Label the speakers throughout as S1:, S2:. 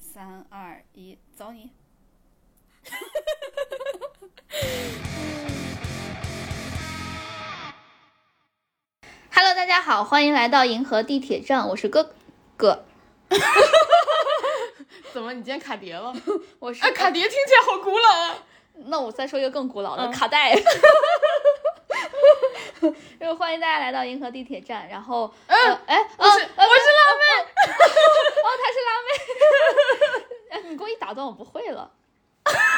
S1: 三二一，走你！
S2: Hello，大家好，欢迎来到银河地铁站，我是哥哥，
S3: 怎么你今天卡碟 了？
S2: 我是、
S3: 哎，卡碟听起来好古老啊！
S2: 啊那我再说一个更古老的、
S3: 嗯
S2: 卡带。 就是欢迎大家来到银河地铁站，然后，
S3: 嗯
S2: 呃哎、
S3: 我
S2: 呃呃
S3: 是我是辣妹，
S2: 哦，她是辣妹，哎 你故意打断我不会了。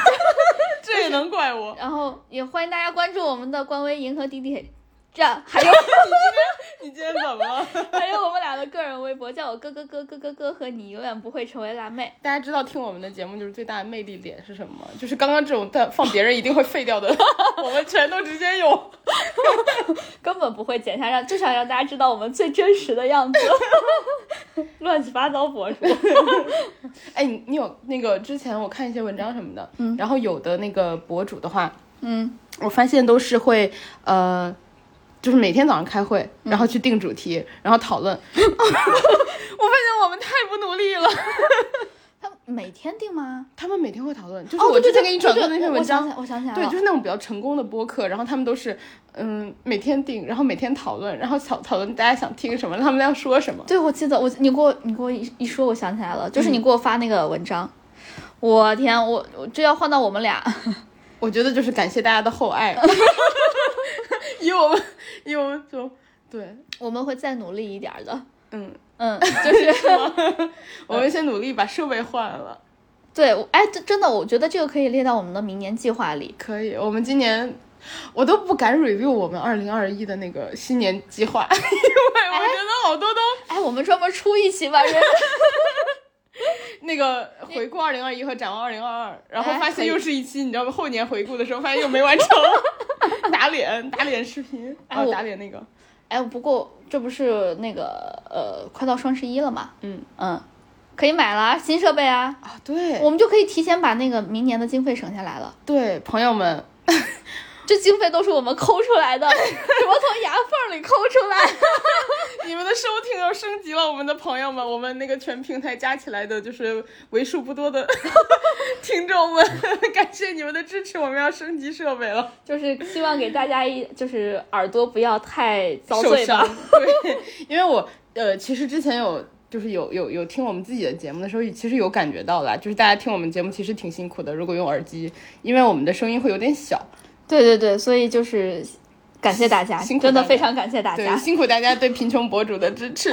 S3: 这也能怪我？
S2: 然后也欢迎大家关注我们的官微银河地铁站，还有
S3: 你今天怎么了？
S2: 还有我们俩的个人微博，叫我哥哥哥哥哥哥和你永远不会成为辣妹。
S3: 大家知道听我们的节目就是最大的魅力点是什么吗？就是刚刚这种但放别人一定会废 掉的，我们全都直接用。
S2: 根本不会剪下，让就想让大家知道我们最真实的样子， 乱七八糟博主。
S3: 哎，你你有那个之前我看一些文章什么的，
S2: 嗯
S3: 然后有的那个博主的话，
S2: 嗯，
S3: 我发现都是会呃。就是每天早上开会，然后去定主题，然后讨论。嗯 我发现我们太不努力了。
S2: 他们每天定吗？
S3: 他们每天会讨论，就是
S2: 哦，
S3: 我之
S2: 对对对
S3: 前给你转过的那
S2: 对
S3: 篇
S2: 对
S3: 文章，
S2: 我想起来，我想起来
S3: 对，
S2: 了，
S3: 就是那种比较成功的播客，然后他们都是嗯每天定，然后每天讨论，然后讨讨论大家想听什么，他们要说什么。
S2: 对，我记得我你给我你给我一一说，我想起来了，就是你给我发那个文章，我天，我我这要换到我们俩，
S3: 我觉得就是感谢大家的厚爱，以我们以我们就对，
S2: 我们会再努力一点儿的。
S3: 嗯，
S2: 嗯，就是
S3: 我们先努力把设备换了，
S2: 对，我哎，这真的，我觉得这个可以列到我们的明年计划里。
S3: 可以。我们今年我都不敢 review 我们二零二一的那个新年计划， 因为我觉得好多都
S2: 哎，我们专门出一期吧，人
S3: 那个回顾二零二一和展望二零二二，然后
S2: 哎
S3: 发
S2: 可
S3: 现
S2: 以
S3: 又是一期，你知道吗？后年回顾的时候发现又没完成， 打脸打脸视频，
S2: 哎
S3: 啊，
S2: 我
S3: 打脸那个，
S2: 哎，不过这不是那个呃，快到双十一了嘛？
S3: 嗯
S2: 嗯，可以买啦，新设备啊，
S3: 啊，对
S2: 我们就可以提前把那个明年的经费省下来了。
S3: 对，朋友们，
S2: 这经费都是我们抠出来的， 什么从牙缝里抠出来？
S3: 你们的收听又升级了，我们的朋友们，我们那个全平台加起来的就是为数不多的 听众们， 感谢你们的支持，我们要升级设备了，
S2: 就是希望给大家一，就是耳朵不要太遭
S3: 受
S2: 罪
S3: 伤
S2: 吧。，
S3: 对，因为我呃，其实之前有。就是有有有听我们自己的节目的时候，其实有感觉到啦，就是大家听我们节目其实挺辛苦的。如果用耳机，因为我们的声音会有点小，
S2: 对对对，所以就是感谢大家，
S3: 辛苦
S2: 真的
S3: 大家
S2: 非常感谢大
S3: 对，
S2: 家。
S3: 辛苦大家对贫穷博主的支 持，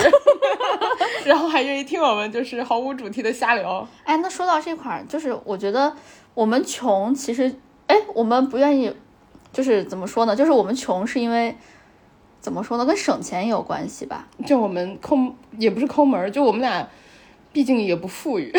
S3: 然后还愿意听我们就是毫无主题的瞎聊。
S2: 哎，那说到这块儿，就是我觉得我们穷，其实哎，我们不愿意，就是怎么说呢？就是我们穷是因为怎么说呢？跟省钱也有关系吧。
S3: 就我们抠也不是抠门儿，就我们俩毕竟也不富裕，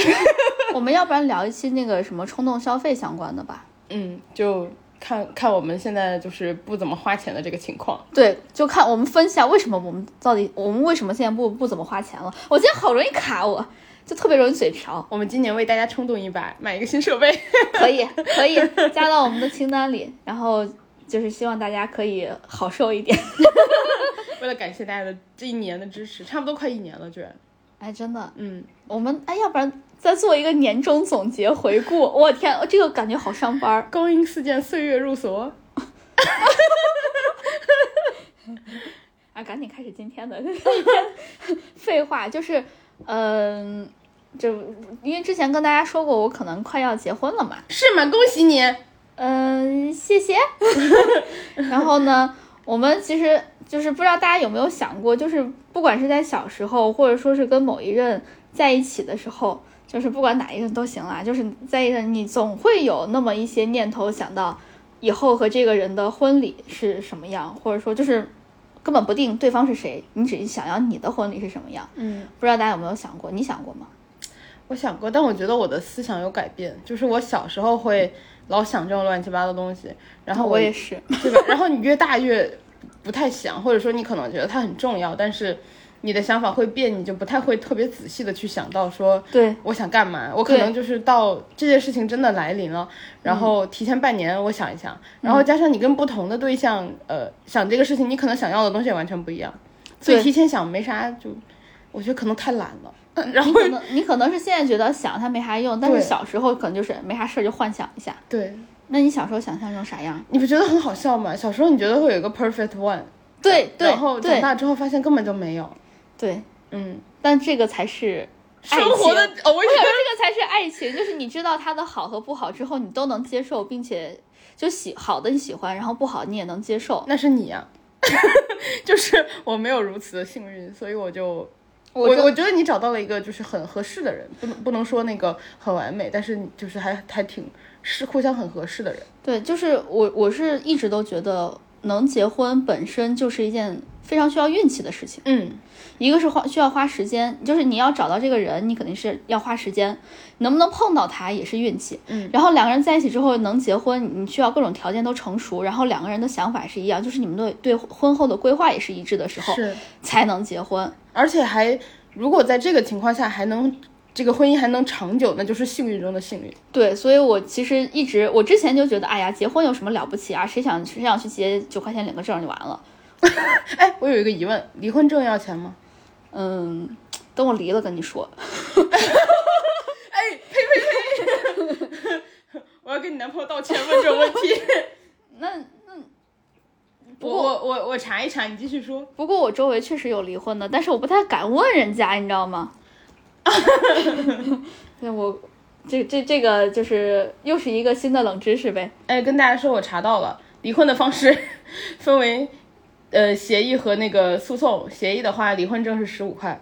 S2: 我们要不然聊一期那个什么冲动消费相关的吧？
S3: 嗯，就看看我们现在就是不怎么花钱的这个情况。
S2: 对，就看我们分析下为什么我们到底我们为什么现在不不怎么花钱了？我今天好容易卡我，就特别容易嘴瓢。
S3: 我们今年为大家冲动一把，买一个新设备。
S2: 可以可以加到我们的清单 里，然后就是希望大家可以好受一点。
S3: 为了感谢大家的这一年的支持，差不多快一年了，居然。
S2: 哎，真的，
S3: 嗯，
S2: 我们哎，要不然再做一个年终总结回顾。 我天，这个感觉好上班儿。
S3: 光阴似箭，岁月如梭。
S2: 啊，赶紧开始今 天的一天废话，就是，嗯、就因为之前跟大家说过，我可能快要结婚了嘛，
S3: 是吗？恭喜你！
S2: 嗯、谢 谢。然后呢，我们其实就是不知道大家有没有想过，就是不管是在小时候，或者说是跟某一任在一起的时候，就是不管哪一任都行啦，就是在一任你总会有那么一些念头想到以后和这个人的婚礼是什么样，或者说就是根本不定对方是谁，你只想要你的婚礼是什么样。
S3: 嗯，
S2: 不知道大家有没有想过？你想过吗？
S3: 我想过，但我觉得我的思想有改变，就是我小时候会老想这种乱七八糟东西，然后
S2: 我
S3: 我
S2: 也是，
S3: 对吧？然后你越大越不太想，或者说你可能觉得它很重要，但是你的想法会变，你就不太会特别仔细的去想到说
S2: 对，
S3: 我想干嘛。我可
S2: 对嗯
S3: 能就是到这件事情真的来临了，然后提前半年我想一想，然后加上你跟不同的对象，呃，想这个事情，你可能想要的东西也完全不一样，所以
S2: 对
S3: 提前想没啥就，我觉得可能太懒了。然
S1: 你
S3: 后
S1: 可能你可能是现在觉得想它没啥用，但是
S3: 对
S1: 小时候可能就是没啥事儿就幻想一下。
S3: 对，
S1: 那你小时候想象成啥样？
S3: 你不觉得很好笑吗？小时候你觉得会有一个 perfect one，
S1: 对对
S3: 然后长
S1: 对
S3: 大之后发现根本就没有。
S1: 对，
S3: 嗯，
S1: 但这个才是爱
S3: 生活的
S1: 情
S3: 哦，我
S1: 我想
S3: 也
S1: 说这个才是爱情，就是你知道它的好和不好之后，你都能接受，并且就喜好的你喜欢，然后不好你也能接受。
S3: 那是你呀、 就是我没有如此的幸运，所以我就我
S1: 这
S3: 我觉得你找到了一个就是很合适的人，不能不能说那个很完美，但是你就是还还挺是互相很合适的人。
S1: 对，就是我我是一直都觉得能结婚本身就是一件非常需要运气的事情。
S3: 嗯，
S1: 一个是花需要花时间，就是你要找到这个人，你肯定是要花时间，能不能碰到他也是运气。
S3: 嗯，
S1: 然后两个人在一起之后能结婚，你需要各种条件都成熟，然后两个人的想法是一样，就是你们对对婚后的规划也是一致的时候
S3: 是，
S1: 才能结婚。
S3: 而且还如果在这个情况下还能这个婚姻还能长久，那就是幸运中的幸运。
S1: 对，所以我其实一直我之前就觉得，哎呀，结婚有什么了不起啊？谁想谁想去结九块钱领个证就完了。
S3: 哎，我有一个疑问，离婚证要钱吗？
S1: 嗯，等我离了跟你说。
S3: 我要跟你男朋友道歉，问这种问题。
S1: 那
S3: 我我我我查一查，你继续说。
S1: 不过我周围确实有离婚的，但是我不太敢问人家，你知道吗？那我这这这个就是又是一个新的冷知识呗。
S3: 哎，跟大家说，我查到了，离婚的方式分为，呃，协议和那个诉讼。协议的话，离婚证是十五块；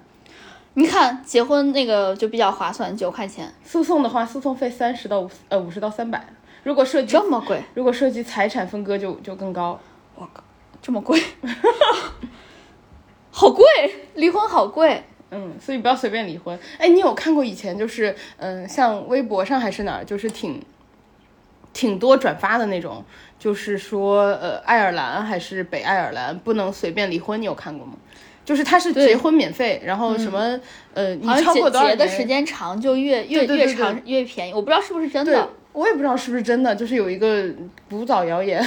S1: 你看结婚那个就比较划算，九块钱，
S3: 诉讼的话，诉讼费三十到五呃五十到三百。如果涉及
S1: 这么贵，
S3: 如果涉及财产分割就，就更高。
S1: 这么贵，好贵，离婚好贵。
S3: 嗯，所以不要随便离婚。哎，你有看过以前就是，嗯、像微博上还是哪儿，就是挺挺多转发的那种，就是说，呃，爱尔兰还是北爱尔兰不能随便离婚，你有看过吗？就是它是
S1: 对嗯
S3: 结婚免费，然后什么，呃，你
S1: 好
S3: 超
S1: 像
S3: 过
S1: 结
S3: 多
S1: 结
S3: 少年
S1: 的时？间长就越越
S3: 对对对
S1: 越
S3: 对
S1: 长越便宜，我不知道是不是真
S3: 对
S1: 的。，
S3: 我也不知道是不是真的，就是有一个古早谣言。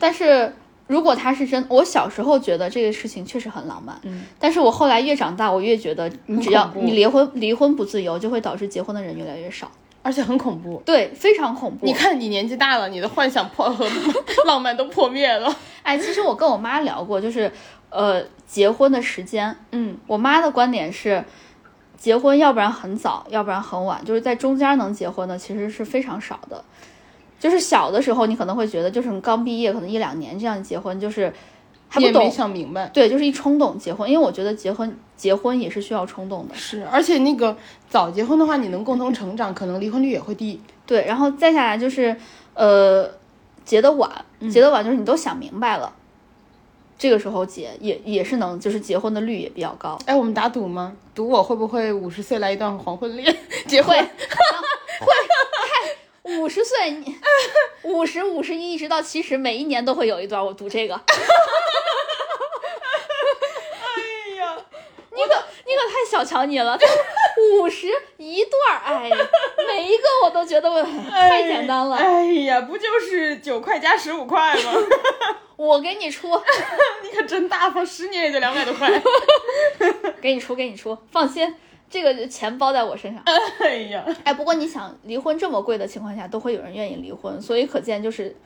S1: 但是如果它是真，我小时候觉得这个事情确实很浪漫，嗯，但是我后来越长大，我越觉得你只要
S3: 恐怖
S1: 你离婚离婚不自由，就会导致结婚的人越来越少，
S3: 而且很恐怖，
S1: 对，非常恐怖。
S3: 你，看你年纪大了，你的幻想破和 浪漫都破灭了。
S1: 哎，其实我跟我妈聊过，就是呃，结婚的时间，
S3: 嗯，
S1: 我妈的观点是。结婚要不然很早，要不然很晚，就是在中间能结婚的其实是非常少的。就是小的时候，你可能会觉得，就是你刚毕业，可能一两年这样结婚，就是还不
S3: 也没
S1: 懂
S3: 想明白。
S1: 对，就是一冲动结婚，因为我觉得结婚结婚也是需要冲动的。
S3: 是，而且那个早结婚的话，你能共同成长，可能离婚率也会低。
S1: 对，然后再下来就是，呃，结的晚，
S3: 嗯
S1: 结的晚就是你都想明白了，这个时候结也也是能，就是结婚的率也比较高。
S3: 哎，我们打赌吗？赌我会不会五十岁来一段黄昏恋 结
S1: 会
S3: 婚？
S1: 五十岁，五十五十一一直到七十，每一年都会有一段，我读这个。
S3: 哎 呀，
S1: 你可你可太小瞧你了，五十一段儿，哎呀，每一个我都觉得我太简单了。
S3: 哎呀，不就是九块加十五块吗？
S1: 我给你出，
S3: 你可真大方，十年也就两百多块。
S1: 给你出，给你出，放心，这个钱包在我身上。
S3: 哎呀，
S1: 哎，不过你想，离婚这么贵的情况下，都会有人愿意离婚，所以可见就是，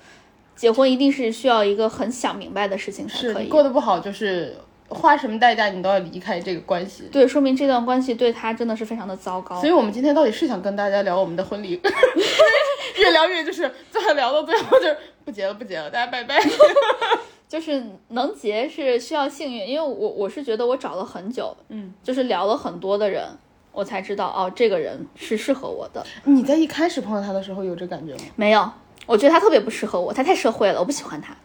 S1: 结婚一定是需要一个很想明白的事情才
S3: 是
S1: 可
S3: 你
S1: 以。
S3: 过得不好，就是花什么代价你都要离开这个关系。
S1: 对，说明这段关系对他真的是非常的糟糕
S3: 所。以，我们今天到底是想跟大家聊我们的婚礼， 越聊越就是，最后聊到最后就是不结了，不结了，大家拜 拜。
S1: 就是能结是需要幸运，因为我我是觉得我找了很久，
S3: 嗯，
S1: 就是聊了很多的人，我才知道哦，这个人是适合我的。
S3: 你在一开始碰到他的时候有这感觉吗？
S1: 没有，我觉得他特别不适合我，他太社会了，我不喜欢他。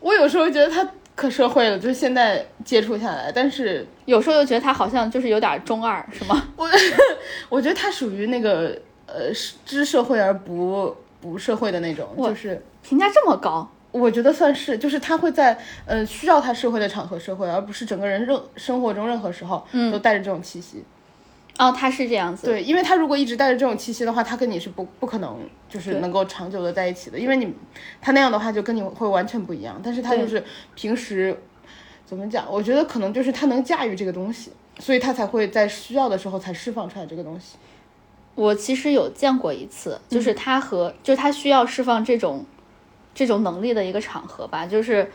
S3: 我有时候觉得他可社会了，就是现在接触下来，但是
S1: 有时候又觉得他好像就是有点中二，是吗？
S3: 我觉得他属于那个呃是知社会而不不社会的那种，就是
S1: 评价这么高，
S3: 我觉得算是，就是他会在呃需要他社会的场合社会，而不是整个人任生活中任何时候都带着这种气息。
S1: 哦，他是这样子。
S3: 对，因为他如果一直带着这种气息的话，他跟你是不不可能就是
S1: 对
S3: 能够长久的在一起的，因为你他那样的话就跟你会完全不一样。但是他
S1: 对
S3: 就是平时怎么讲，我觉得可能就是他能驾驭这个东西。所以他才会在需要的时候才释放出来这个东西。
S1: 我其实有见过一次，就是他和、就是他需要释放这种这种能力的一个场合吧，就是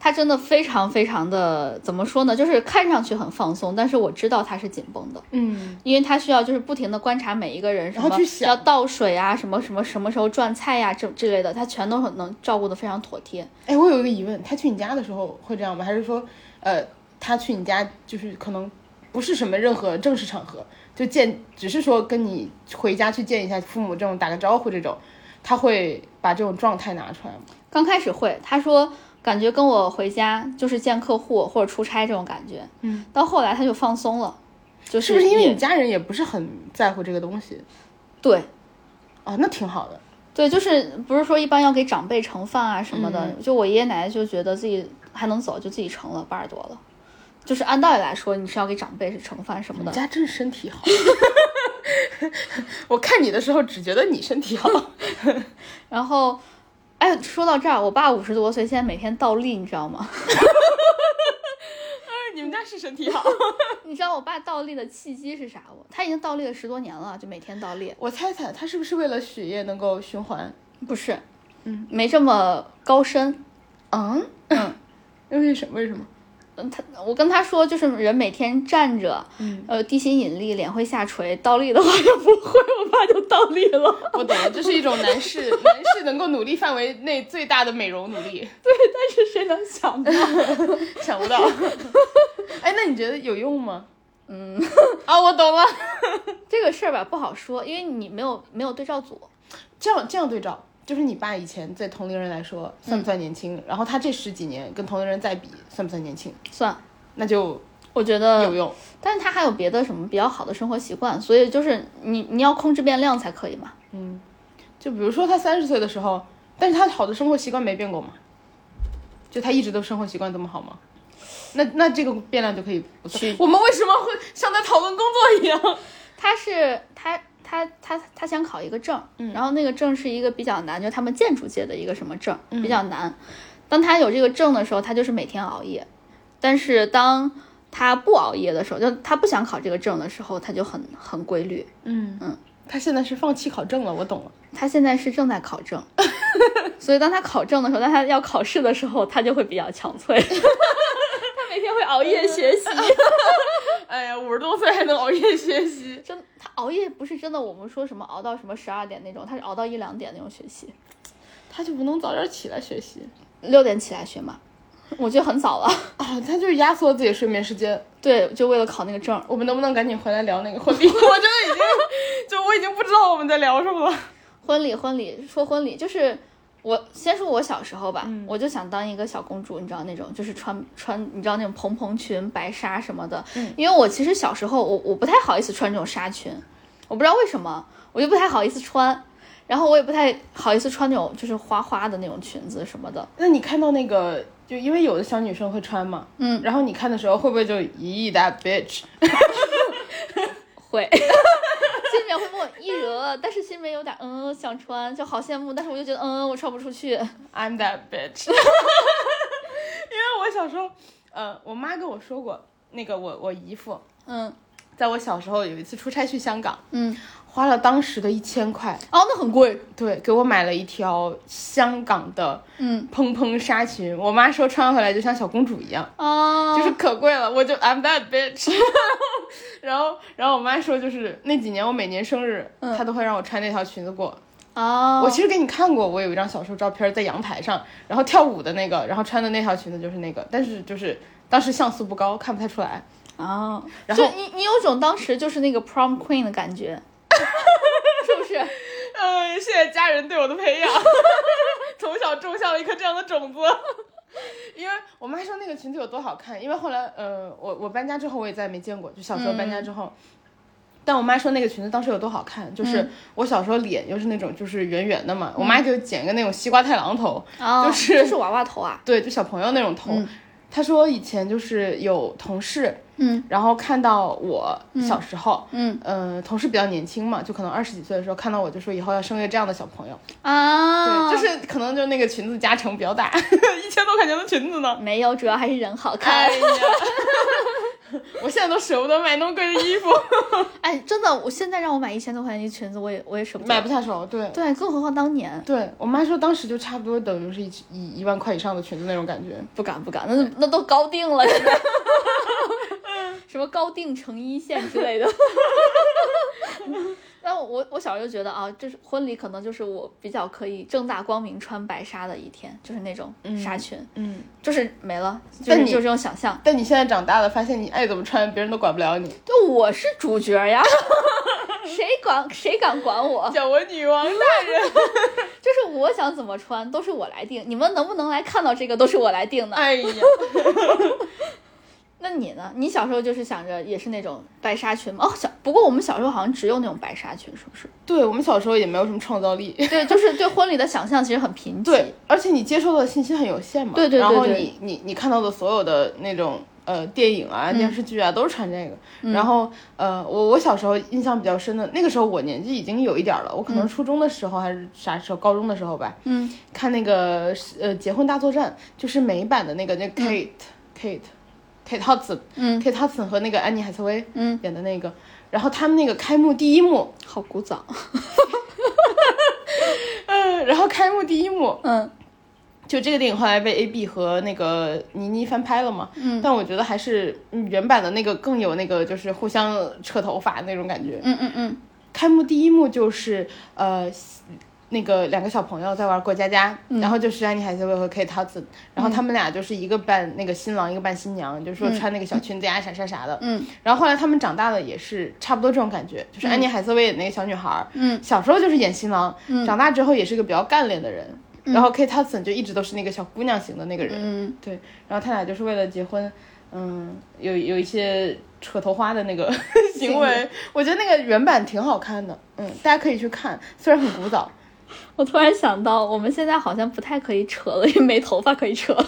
S1: 他真的非常非常的怎么说呢？就是看上去很放松，但是我知道他是紧绷的，
S3: 嗯，
S1: 因为他需要就是不停的观察每一个人，什
S3: 然
S1: 么
S3: 后去想
S1: 要倒水啊，什么什么什么时候转菜呀、这之类的，他全都很能照顾的非常妥帖。
S3: 哎，我有一个疑问，他去你家的时候会这样吗？还是说，呃，他去你家就是可能不是什么任何正式场合，就见，只是说跟你回家去见一下父母这种打个招呼这种，他会把这种状态拿出来吗？
S1: 刚开始会，他说感觉跟我回家就是见客户或者出差这种感觉，
S3: 嗯，
S1: 到后来他就放松了，就是
S3: 不是因为
S1: 也
S3: 你家人也不是很在乎这个东西
S1: 对
S3: 啊？那挺好的。
S1: 对，就是不是说一般要给长辈盛饭啊什么的，
S3: 嗯
S1: 就我爷爷奶奶就觉得自己还能走，就自己盛了八十多了。就是按道理来说，你是要给长辈是盛饭什么
S3: 你
S1: 的，
S3: 家真是身体好。 我看你的时候只觉得你身体好，
S1: 然后，哎，说到这儿，我爸五十多岁，现在每天倒立，你知道 吗？
S3: 你们家是身体好。
S1: 你知道我爸倒立的契机是啥不？他已经倒立了十多年了，就每天倒立。
S3: 我猜猜他是不是为了血液能够循环？
S1: 不是，
S3: 嗯，
S1: 没这么高深。
S3: 嗯，因为什么？为什么？
S1: 嗯，他我跟他说，就是人每天站着，
S3: 嗯，
S1: 呃，地心引力，脸会下垂，倒立的话就不会，我爸就倒立了。
S3: 我懂了，这是一种男士男士能够努力范围内最大的美容努力。
S1: 但是谁能想到？
S3: 想不到。 哎，那你觉得有用吗？嗯， 啊，我懂了。
S1: 这个事儿吧，不好说，因为你没有没有对照组。
S3: 这样这样对照，就是你爸以前在同龄人来说算不算年轻？然后他这十几年跟同龄人再比，算不算年轻？
S1: 算，
S3: 那就
S1: 我觉得
S3: 有用。
S1: 但是他还有别的什么比较好的生活习惯，所以就是你你要控制变量才可以嘛。
S3: 就比如说他三十岁的时候，但是他好的生活习惯没变过吗？就他一直都生活习惯这么好吗？那那这个变量就可以不算
S1: 去
S3: 我们为什么会像在讨论工作一样？
S1: 他是他他他他想考一个证，
S3: 嗯
S1: 然后那个证是一个比较难，就是他们建筑界的一个什么证，
S3: 嗯
S1: 比较难。当他有这个证的时候，他就是每天熬夜，但是当他不熬夜的时候，就他不想考这个证的时候，他就很很规律。
S3: 嗯
S1: 嗯，
S3: 他现在是放弃考证了，我懂了。
S1: 他现在是正在考 证，所以当他考证的时候，当他要考试的时候，他就会比较憔悴。他每天会熬夜学习，
S3: 哎呀，五十多岁还能熬夜学 习，
S1: 真他熬夜不是真的，我们说什么熬到什么十二点那种，他是熬到一两点那种学习，
S3: 他就不能早点起来学习
S1: 六点起来学嘛，我觉得很早了。
S3: 啊、他就是压缩自己的睡眠时间。
S1: 对，就为了考那个证儿。
S3: 我们能不能赶紧回来聊那个 婚礼？我真的已经，就我已经不知道我们在聊什么了。
S1: 婚礼，婚礼，说婚礼就是我先说我小时候吧，我就想当一个小公主，你知道那种就是穿穿你知道那种蓬蓬裙、白纱什么的，因为我其实小时候我我不太好意思穿这种纱裙，我不知道为什么，我就不太好意思穿。然后我也不太好意思穿那种就是花花的那种裙子什么 的，
S3: 那你看到那个，就因为有的小女生会穿嘛，
S1: 嗯，
S3: 然后你看的时候会不会就咦 that bitch？
S1: 会，心里面会默一惹，但是心里面有点嗯想穿，就好羡慕，但是我就觉得嗯我穿不出去，
S3: I'm that bitch。因 为我小时候，呃，我妈跟我说过，那个我我姨父，
S1: 嗯
S3: 在我小时候有一次出差去香港，
S1: 嗯，
S3: 花了当时的一千块，
S1: 哦那很贵，
S3: 对，给我买了一条香港的
S1: 嗯
S3: 蓬蓬纱裙，我妈说穿回来就像小公主一样。
S1: 哦，
S3: 就是可贵了，我就 I'm that bitch。然后，然后我妈说，就是那几年我每年生日，
S1: 嗯
S3: 她都会让我穿那条裙子过。
S1: 哦，
S3: 我其实给你看过，我有一张小时候照片在阳台上，然后跳舞的那个，然后穿的那条裙子就是那个，但是就是当时像素不高，看不太出来。
S1: 哦，
S3: 然
S1: 就
S3: 后
S1: 你你有种当时就是那个 prom queen 的感觉，是不是？
S3: 嗯，谢谢家人对我的培养， 从小种下了一颗这样的种子。 因为我妈说那个裙子有多好看，因为后来呃，我我搬家之后我也再也没见过，就小时候搬家之后。但我妈说那个裙子当时有多好看，就是我小时候脸又是那种就是圆圆的嘛，我妈就剪个那种西瓜太郎头，
S1: 哦，
S3: 就是
S1: 这是娃娃头啊，
S3: 对，就小朋友那种头。她说以前就是有同事，
S1: 嗯，
S3: 然后看到我小时候，
S1: 嗯
S3: 呃，同事比较年轻嘛，就可能二十几岁的时候看到我就说以后要生一个这样的小朋友。
S1: 啊，
S3: 对，就是可能就那个裙子加 成比较大，一千多块钱的裙子呢。哎
S1: 没有，主要还是人好看。
S3: 哎呀， 我现在都舍不得买那么贵的衣服，
S1: 哎，真的，我现在让我买一千多块钱一裙子，我也我也舍不得。
S3: 买不下手。对，
S1: 对，更何况当年。
S3: 对我妈说，当时就差不多等于是一一一万块以上的裙子那种感觉。
S1: 不敢不敢，那那都高定了，现在 什么高定成一线之类的。 那我我小时候就觉得啊，这是婚礼可能就是我比较可以正大光明穿白纱的一天，就是那种纱裙，
S3: 嗯，
S1: 就是没了，就
S3: 但
S1: 是
S3: 你
S1: 就这种想象。
S3: 但你现在长大了，发现你爱怎么穿，别人都管不了你。
S1: 就我是主角呀，谁管谁敢管我？
S3: 叫我女王大人，
S1: 就是我想怎么穿都是我来定，你们能不能来看到这个都是我来定的。
S3: 哎呀，
S1: 那你呢？你小时候就是想着也是那种白纱裙吗？哦，小不过我们小时候好像只有那种白纱裙，是不是？
S3: 对我们小时候也没有什么创 造力。
S1: 对，就是对婚礼的想象其实很贫瘠。
S3: 对，而且你接受到的信息很有限嘛。
S1: 对对对
S3: 然后
S1: 对
S3: 你你你看到的所有的那种呃电影啊、
S1: 嗯
S3: 电视剧啊，都是穿这个。然后呃，我我小时候印象比较深的，那个时候我年纪已经有一点儿了，我可能初中的时候还是啥时候，高中的时候吧。
S1: 嗯，
S3: 看那个呃《结婚大作战》，就是美版的那个那 Kate、Kate Kate Hudson，
S1: 嗯
S3: ，Kate Hudson 和那个安妮海瑟薇，
S1: 嗯，
S3: 演的那个。然后他们那个开幕第一幕，
S1: 好古早。
S3: 嗯， 然后开幕第一幕，
S1: 嗯
S3: 就这个电影后来被 A B 和那个倪妮翻拍了嘛，嗯，但我觉得还是嗯原版的那个更有那个就是互相扯头发那种感觉。
S1: 嗯嗯嗯
S3: 开幕第一幕就是呃。那个两个小朋友在玩过家家，
S1: 嗯
S3: 然后就是安妮海瑟薇和 Kate Hudson，然后他们俩就是一个扮那个新郎，一个扮新娘，就是说穿那个小裙子呀、啥啥啥的。
S1: 嗯，
S3: 然后后来他们长大了也是差不多这种感觉，就是安哎妮海瑟薇演那个小女孩儿，
S1: 嗯
S3: 小时候就是演新郎，长大之后也是个比较干练的人。然后 Kate Hudson 就一直都是那个小姑娘型的那个人，
S1: 嗯，
S3: 对。然后他俩就是为了结婚，嗯，有有一些扯头花的那个行为，我觉得那个原版挺好看的，嗯，大家可以去看，虽然很古早，
S1: 我突然想到，我们现在好像不太可以扯了，也没头发可以扯了。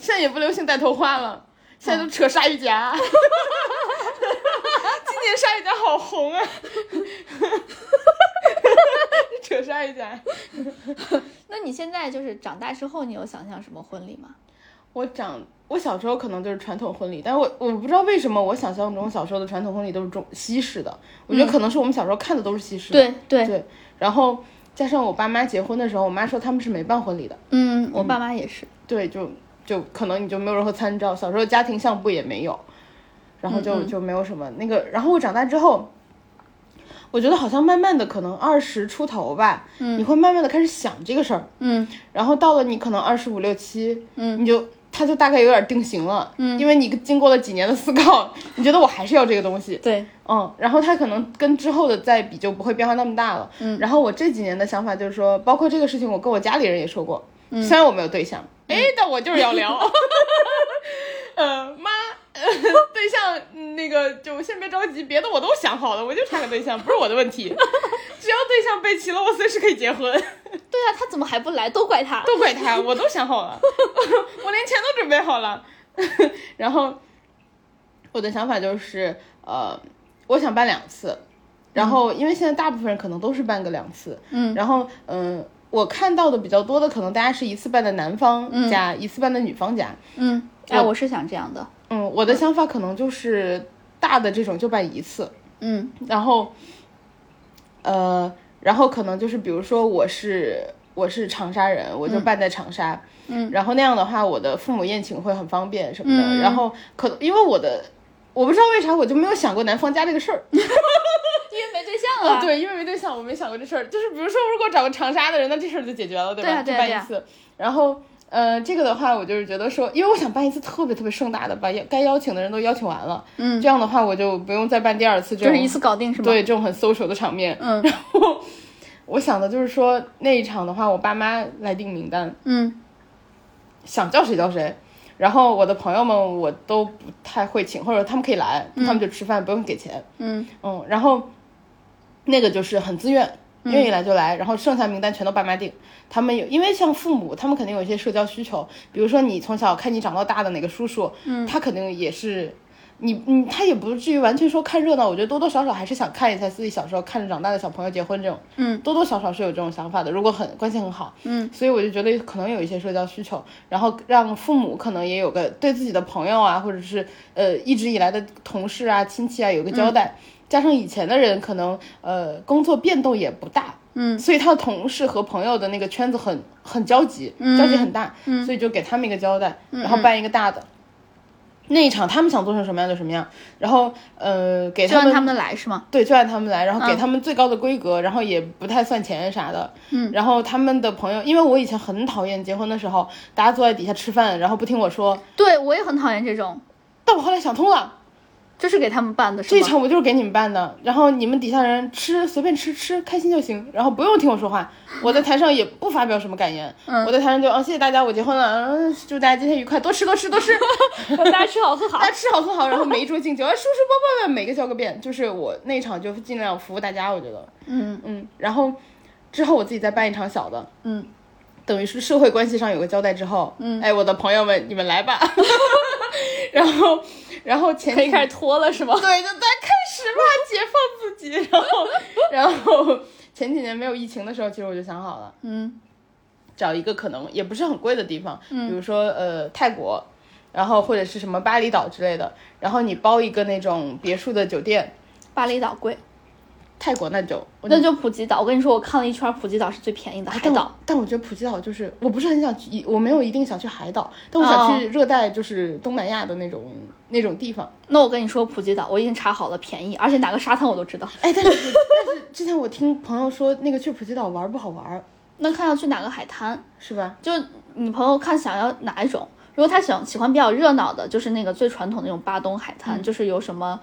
S3: 现在也不流行戴头花了，现在都扯鲨鱼夹。啊 今年鲨鱼夹好红啊！ 扯鲨鱼夹，
S1: 那你现在就是长大之后，你有想象什么婚礼吗？
S3: 我长我小时候可能就是传统婚礼，但是我我不知道为什么我想象中小时候的传统婚礼都是中西式的，我觉得可能是我们小时候看的都是西式的。
S1: 对对，
S3: 对，然后加上我爸妈结婚的时候，我妈说他们是没办婚礼的，
S1: 嗯，我爸妈也是。
S3: 对，就就可能你就没有任何参照，小时候家庭相簿也没有，然后就就没有什么那个。然后我长大之后，我觉得好像慢慢的，可能二十出头吧，你会慢慢的开始想这个事儿，
S1: 嗯
S3: 然后到了你可能二十五六七，嗯，你就。它就大概有点定型了，嗯，因为你经过了几年的思考，你觉得我还是要这个东西，
S1: 对，
S3: 嗯，然后它可能跟之后的再比就不会变化那么大了。嗯，然后我这几年的想法就是说，包括这个事情，我跟我家里人也说过，虽然我没有对象，哎、但我就是要聊。呃，妈，呃、对象嗯那个就先别着急，别的我都想好了，我就差个对象，不是我的问题。只要对象备齐了，我随时可以结婚。
S1: 对啊，他怎么还不来？都怪他。
S3: 都怪他，我都想好了， 我连钱都准备好了。 然后我的想法就是，呃，我想办两次，然后因为现在大部分人可能都是办个两次，嗯，然后嗯、呃我看到的比较多的可能大家是一次办的男方家，一次办的女方家，
S1: 嗯，哎，我是想这样的。
S3: 嗯，我的想法可能就是大的这种就办一次，
S1: 嗯
S3: 然后，呃，然后可能就是比如说我是我是长沙人，我就办在长沙，嗯，然后那样的话，我的父母宴请会很方便什么的。
S1: 嗯
S3: 然后可能因为我的，我不知道为啥我就没有想过男方家这个事儿，
S1: 因为没对象了。
S3: 对，因啊为没对象，我没想过这事儿。就是比如说，如果找个长沙的人，那这事儿就解决了，对吧？
S1: 对啊对啊
S3: 就办
S1: 对
S3: 一
S1: 啊
S3: 次。然后，呃，这个的话，我就是觉得说，因为我想办一次特别特别盛大的，把邀该邀请的人都邀请完了，嗯，这样的话我就不用再办第二次这
S1: 就
S3: 种
S1: 是一次搞定是吗？
S3: 对这种很 social 的场面。
S1: 嗯
S3: 然后我想的就是说那一场的话，我爸妈来定名单，
S1: 嗯
S3: 想叫谁叫谁。然后我的朋友们我都不太会请，或者他们可以来，他们就吃饭不用给钱。
S1: 嗯
S3: 嗯，然后那个就是很自愿，愿意来就来，然后剩下名单全都爸妈定。他们有，因为像父母，他们肯定有一些社交需求，比如说你从小看你长到大的哪个叔叔，他肯定也是。你你他也不至于完全说看热闹，我觉得多多少少还是想看一下自己小时候看着长大的小朋友结婚这种，
S1: 嗯，
S3: 多多少少是有这种想法的。如果很关系很好，
S1: 嗯，
S3: 所以我就觉得可能有一些社交需求，然后让父母可能也有个对自己的朋友啊，或者是呃一直以来的同事啊、亲戚啊有个交
S1: 嗯
S3: 代。加上以前的人可能呃工作变动也不大，
S1: 嗯，
S3: 所以他的同事和朋友的那个圈子很很交集，交集很大，嗯，所以就给他们一个交代，
S1: 嗯
S3: 然后办一个大的。那一场他们想做成什么样就什么样，然后呃给
S1: 就
S3: 他
S1: 按
S3: 们
S1: 他们来是吗？
S3: 对，就按他们来，然后给他们最高的规格，然后也不太算钱啥的。嗯，然后他们的朋友，因为我以前很讨厌结婚的时候，大家坐在底下吃饭，然后不听我说。
S1: 对我也很讨厌这种，
S3: 但我后来想通了，
S1: 就是给他们办的是
S3: 这
S1: 吗？
S3: 场我就是给你们办的，然后你们底下人吃随便吃吃开心就行，然后不用听我说话，我在台上也不发表什么感言，我在台上就啊谢谢大家，我结婚了，嗯祝大家今天愉快，多吃多吃多吃，
S1: 大家吃好喝好
S3: 大。家吃好喝好，然后每一桌敬酒，啊叔叔伯伯们每个叫个遍，就是我那一场就尽量服务大家，我觉得，
S1: 嗯
S3: 嗯，然后之后我自己再办一场小的，
S1: 嗯，
S3: 等于是社会关系上有个交代之后，嗯，哎，我的朋友们你们来吧， 然后然后前
S1: 可以
S3: 几
S1: 开始脱了是吗？
S3: 对，就咱开始吧，解放自己。然后，然后前几年没有疫情的时候，其实我就想好了，
S1: 嗯，
S3: 找一个可能也不是很贵的地方，比如说呃泰国，然后或者是什么巴厘岛之类的，然后你包一个那种别墅的酒店，
S1: 巴厘岛贵，
S3: 泰国那就我
S1: 那就普吉岛。我跟你说，我看了一圈，普吉岛是最便宜的海
S3: 但
S1: 岛
S3: 我。但我觉得普吉岛就是我不是很想去，我没有一定想去海岛，但我想
S1: 哦
S3: 去热带，就是东南亚的那种那种地方。
S1: 那我跟你说，普吉岛我已经查好了，便宜，而且哪个沙滩我都知道。
S3: 哎，但是但是之前我听朋友说，那个去普吉岛玩不好玩，
S1: 那看要去哪个海滩，
S3: 是吧？
S1: 就你朋友看想要哪一种。如果他喜欢喜欢比较热闹的，就是那个最传统的那种巴东海滩，就是有什么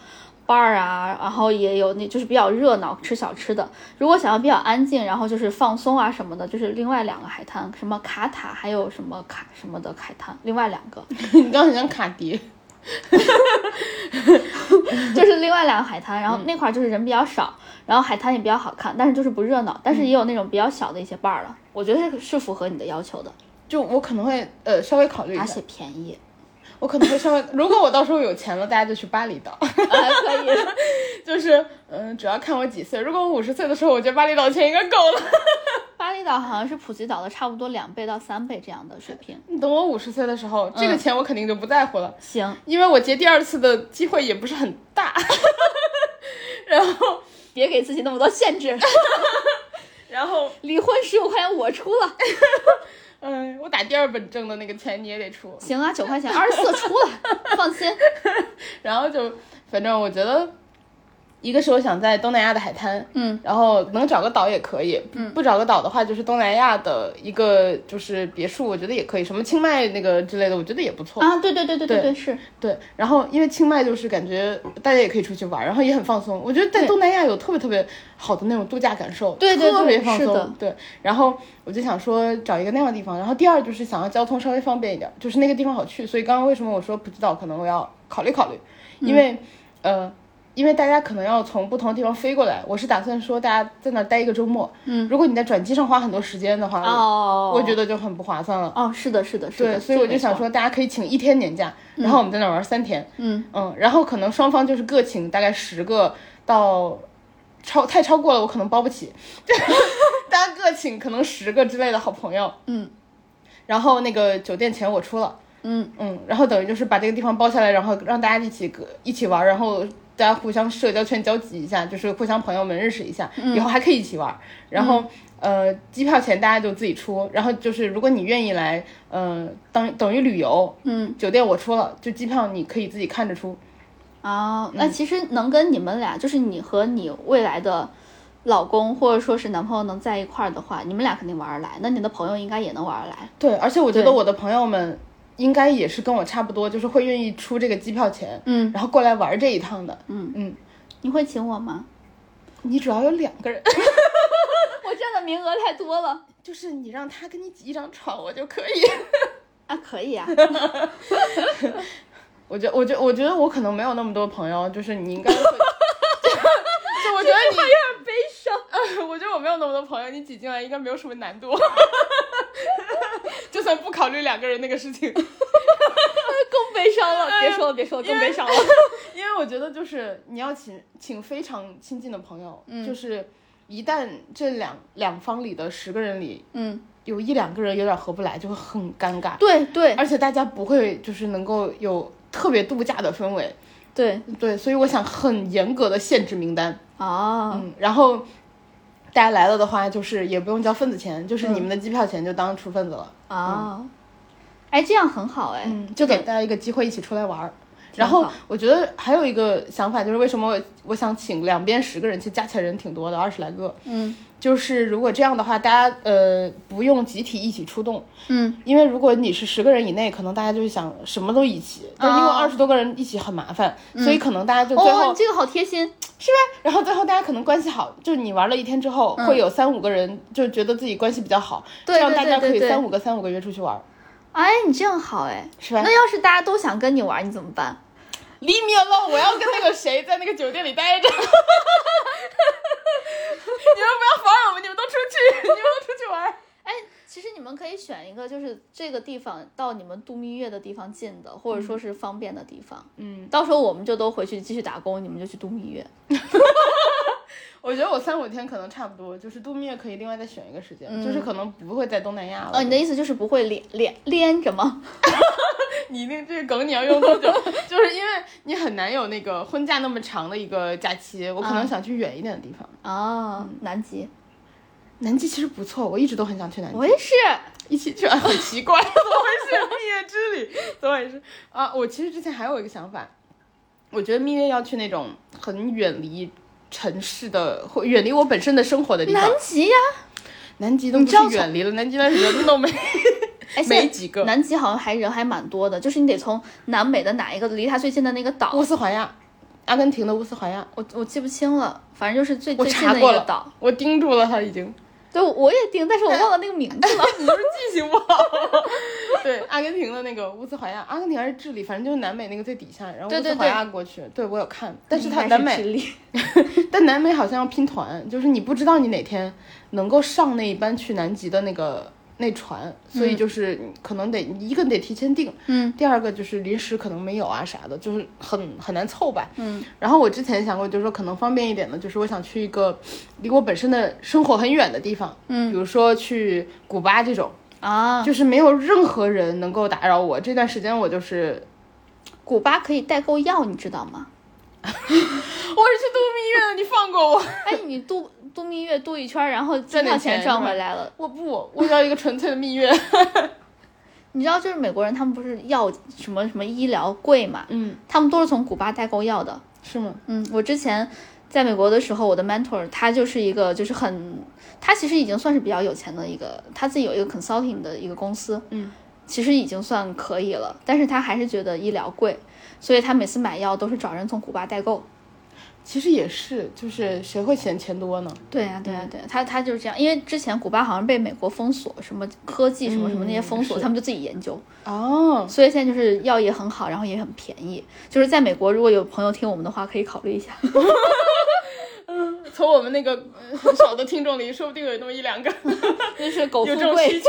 S1: bar 啊，然后也有那就是比较热闹吃小吃的。如果想要比较安静，然后就是放松啊什么的，就是另外两个海滩，什么卡塔还有什么卡什么的海滩，另外两个
S3: 你刚刚很像卡迪。
S1: 就是另外两个海滩。然后那块儿就是人比较少，然后海滩也比较好看，但是就是不热闹，但是也有那种比较小的一些 bar 了，我觉得是是符合你的要求的，
S3: 就我可能会呃稍微考虑一
S1: 而
S3: 下
S1: 且，便宜，
S3: 我可能会稍微，如果我到时候有钱了，大家就去巴厘岛，
S1: 还啊可以。
S3: 就是嗯、主要看我几岁。如果我五十岁的时候，我觉得巴厘岛钱应该够了。
S1: 巴厘岛好像是普吉岛的差不多两倍到三倍这样的水平。
S3: 等我五十岁的时候，这
S1: 嗯
S3: 个钱我肯定就不在乎了，
S1: 行，
S3: 因为我结第二次的机会也不是很大。 然后，
S1: 别给自己那么多限制，
S3: 然后，
S1: 离婚十五块钱我出 了。
S3: 嗯、我打第二本挣的那个钱你也得出。
S1: 行啊，九块钱，二十四出 了，放心。
S3: 然后就，反正我觉得，一个是我想在东南亚的海滩，
S1: 嗯，
S3: 然后能找个岛也可以，嗯，不找个岛的话，就是东南亚的一个就是别墅，我觉得也可以，什么清迈那个之类的，我觉得也不错。
S1: 啊，对对对对对对，是
S3: 对，然后因为清迈就是感觉大家也可以出去玩，然后也很放松。我觉得在东南亚有特别特别好的那种度假感受，
S1: 对对对
S3: 特别放
S1: 是的
S3: 松。对，然后我就想说找一个那样的地方，然后第二就是想要交通稍微方便一点，就是那个地方好去。所以刚刚为什么我说不知道，可能我要考虑考虑，因为、
S1: 嗯
S3: 呃。因为大家可能要从不同的地方飞过来，我是打算说大家在那儿待一个周末。嗯，如果你在转机上花很多时间的话，
S1: 哦，
S3: 我觉得就很不划算了。
S1: 哦，是的，是的，是的。
S3: 对，所以我就想
S1: 这个没错，
S3: 说，大家可以请一天年假，然后我们在那儿玩三天。
S1: 嗯
S3: 嗯，然后可能双方就是各请大概十个到超太超过了，我可能包不起。 大家各请可能十个之类的好朋友。
S1: 嗯，
S3: 然后那个酒店钱我出了。
S1: 嗯
S3: 嗯，然后等于就是把这个地方包下来，然后让大家一起各一起玩，然后大家互相社交圈交集一下，就是互相朋友们认识一下，
S1: 嗯
S3: 以后还可以一起玩。然后、呃，机票钱大家就自己出，然后就是如果你愿意来，呃，等等于旅游，
S1: 嗯
S3: 酒店我出了，就机票你可以自己看着出。
S1: 啊，那其实能跟你们俩，就是你和你未来的。老公或者说是男朋友能在一块儿的话，你们俩肯定玩儿得来。那你的朋友应该也能玩儿得来。
S3: 对，而且我觉
S1: 对
S3: 得我的朋友们应该也是跟我差不多，就是会愿意出这个机票钱，
S1: 嗯，
S3: 然后过来玩这一趟的。嗯嗯，
S1: 你会请我吗？
S3: 你主要有两个人，
S1: 我占的名额太多了
S3: 就是你让他跟你挤一张床，我就可以。
S1: 啊，可以啊。
S3: 我觉我觉我觉得我可能没有那么多朋友，就是你 应该会。就就我觉得你有点悲伤、 我觉得我没有那么多朋友，你挤进来应该没有什么 难度。就算不考虑两个人那个事情，
S1: 更悲伤了，
S3: 哎
S1: 别说了，别说了，更悲伤了。
S3: 因为我觉得就是你要请请非常亲近的朋友，就是一旦这两两方里的十个人里
S1: 嗯，
S3: 有一两个人有点合不来，就会很尴尬，
S1: 对对
S3: 而且大家不会就是能够有特别度假的氛围，
S1: 对
S3: 对，所以我想很严格的限制名单，
S1: 啊，
S3: 嗯，然后。大家来了的话，就是也不用交份子钱，就是
S1: 嗯
S3: 你们的机票钱就当出份子了。
S1: 啊，哎，这样很好哎，
S3: 嗯，就给大家一个机会一起出来玩儿。然后
S1: 好
S3: 我觉得还有一个想法就是，为什么我我想请两边十个人，其实加起来人挺多的，二十来个。
S1: 嗯
S3: 就是如果这样的话，大家呃不用集体一起出动，
S1: 嗯，
S3: 因为如果你是十个人以内，可能大家就是想什么都一起，但因为二十多个人一起很麻烦，所以可能大家就最后、
S1: 嗯哦，这个好贴心，
S3: 然后最后大家可能关系好，就是你玩了一天之后，会有三五个人就觉得自己关系比较好，
S1: 对
S3: 这样
S1: 对
S3: 大
S1: 对
S3: 家
S1: 对
S3: 可以
S1: 对
S3: 三五个三五个约出去玩儿，
S1: 哎，你这样好哎。
S3: 是吧？
S1: 那要是大家都想跟你玩，你怎么办？
S3: Leave me alone！我要跟那个谁在那个酒店里待着。你们不要烦我们，你们都出去，你们都出去玩。
S1: 哎，其实你们可以选一个，就是这个地方到你们度蜜月的地方近的，或者说是方便的地方。
S3: 嗯，
S1: 到时候我们就都回去继续打工，你们就去度蜜月。
S3: 我觉得我三五天可能差不多，就是度蜜月可以另外再选一个时间，就是可能不会在东南亚了。
S1: 哦，你的意思就是不会连连连着吗？
S3: 你那这个梗你要用多久？ 就是因为你很难有那个婚假那么长的一个假期，我可能想去远一点的地方。
S1: 啊，南极，
S3: 南极其实不错，我一直都很想去南极。
S1: 我也是。
S3: 一 起去，很奇怪，怎么回事？蜜月之旅，怎么回事啊？我其实之前还有一个想法，我觉得蜜月要去那种很远离城市的，或远离我本身的生活的地方
S1: 南。极呀、
S3: 南极都不
S1: 你
S3: 是
S1: 知道从
S3: 远离了，南极的人都没。
S1: 哎，现在
S3: 没几个
S1: 南极好像还人还蛮多的，就是你得从南美的哪一个离它最近的那个岛，
S3: 乌斯怀亚，阿根廷的乌斯怀亚，
S1: 我我记不清了，反正就是最
S3: 我
S1: 最近
S3: 查
S1: 的一
S3: 过
S1: 个
S3: 了
S1: 岛。，
S3: 我盯住了他已经。
S1: 对，我也定，但是我忘了那个名 字了。
S3: 你是不是记性不好？ 对，阿根廷的那个乌斯怀亚，阿根廷还是智利，反正就是南美那个最底下，然后
S1: 对
S3: 乌
S1: 对
S3: 斯
S1: 对
S3: 怀亚过去。对我有看，但是它
S1: 应该
S3: 南
S1: 是
S3: 美
S1: 智利
S3: 但南美好像要拼团，就是你不知道你哪天能够上那一班去南极的那个那船，所以就是你可能得、你一个得提前订，
S1: 嗯，
S3: 第二个就是临时可能没有啊啥的，就是很很难凑吧，嗯。然后我之前想过，就是说可能方便一点的，就是我想去一个离我本身的生活很远的地方，嗯，比如说去古巴这种，
S1: 啊，
S3: 就是没有任何人能够打扰我，这段时间我就是
S1: 古巴可以代购药，你知道 吗？
S3: 我是去度蜜月的，你放过我。
S1: 哎，你度度蜜月度一圈儿，然后机
S3: 赚点
S1: 票
S3: 钱
S1: 钱
S3: 是
S1: 赚
S3: 吧
S1: 回来了。
S3: 我不，我要一个纯粹的蜜月。
S1: 你知道，就是美国人他们不是药什么什么医疗贵嘛，
S3: 嗯，
S1: 他们都是从古巴代购药的。
S3: 是吗？
S1: 嗯，我之前在美国的时候，我的 mentor 他就是一个就是很，他其实已经算是比较有钱的一个，他自己有一个 consulting 的一个公司，
S3: 嗯，
S1: 其实已经算可以了，但是他还是觉得医疗贵，所以他每次买药都是找人从古巴代购。
S3: 其实也是，就是谁会嫌钱多呢？
S1: 对呀、嗯对呀、对呀、他他就是这样，因为之前古巴好像被美国封锁，什么科技什么什么那些封锁，
S3: 是
S1: 他们就自己研究，
S3: 哦，
S1: 所以现在就是药也很好，然后也很便宜。就是在美国，如果有朋友听我们的话，可以考虑一下。
S3: 从我们那个呃很少的听众里，说不定有那么一 两个
S1: 就是狗
S3: 有
S1: 富
S3: 这种
S1: 贵，
S3: 需 求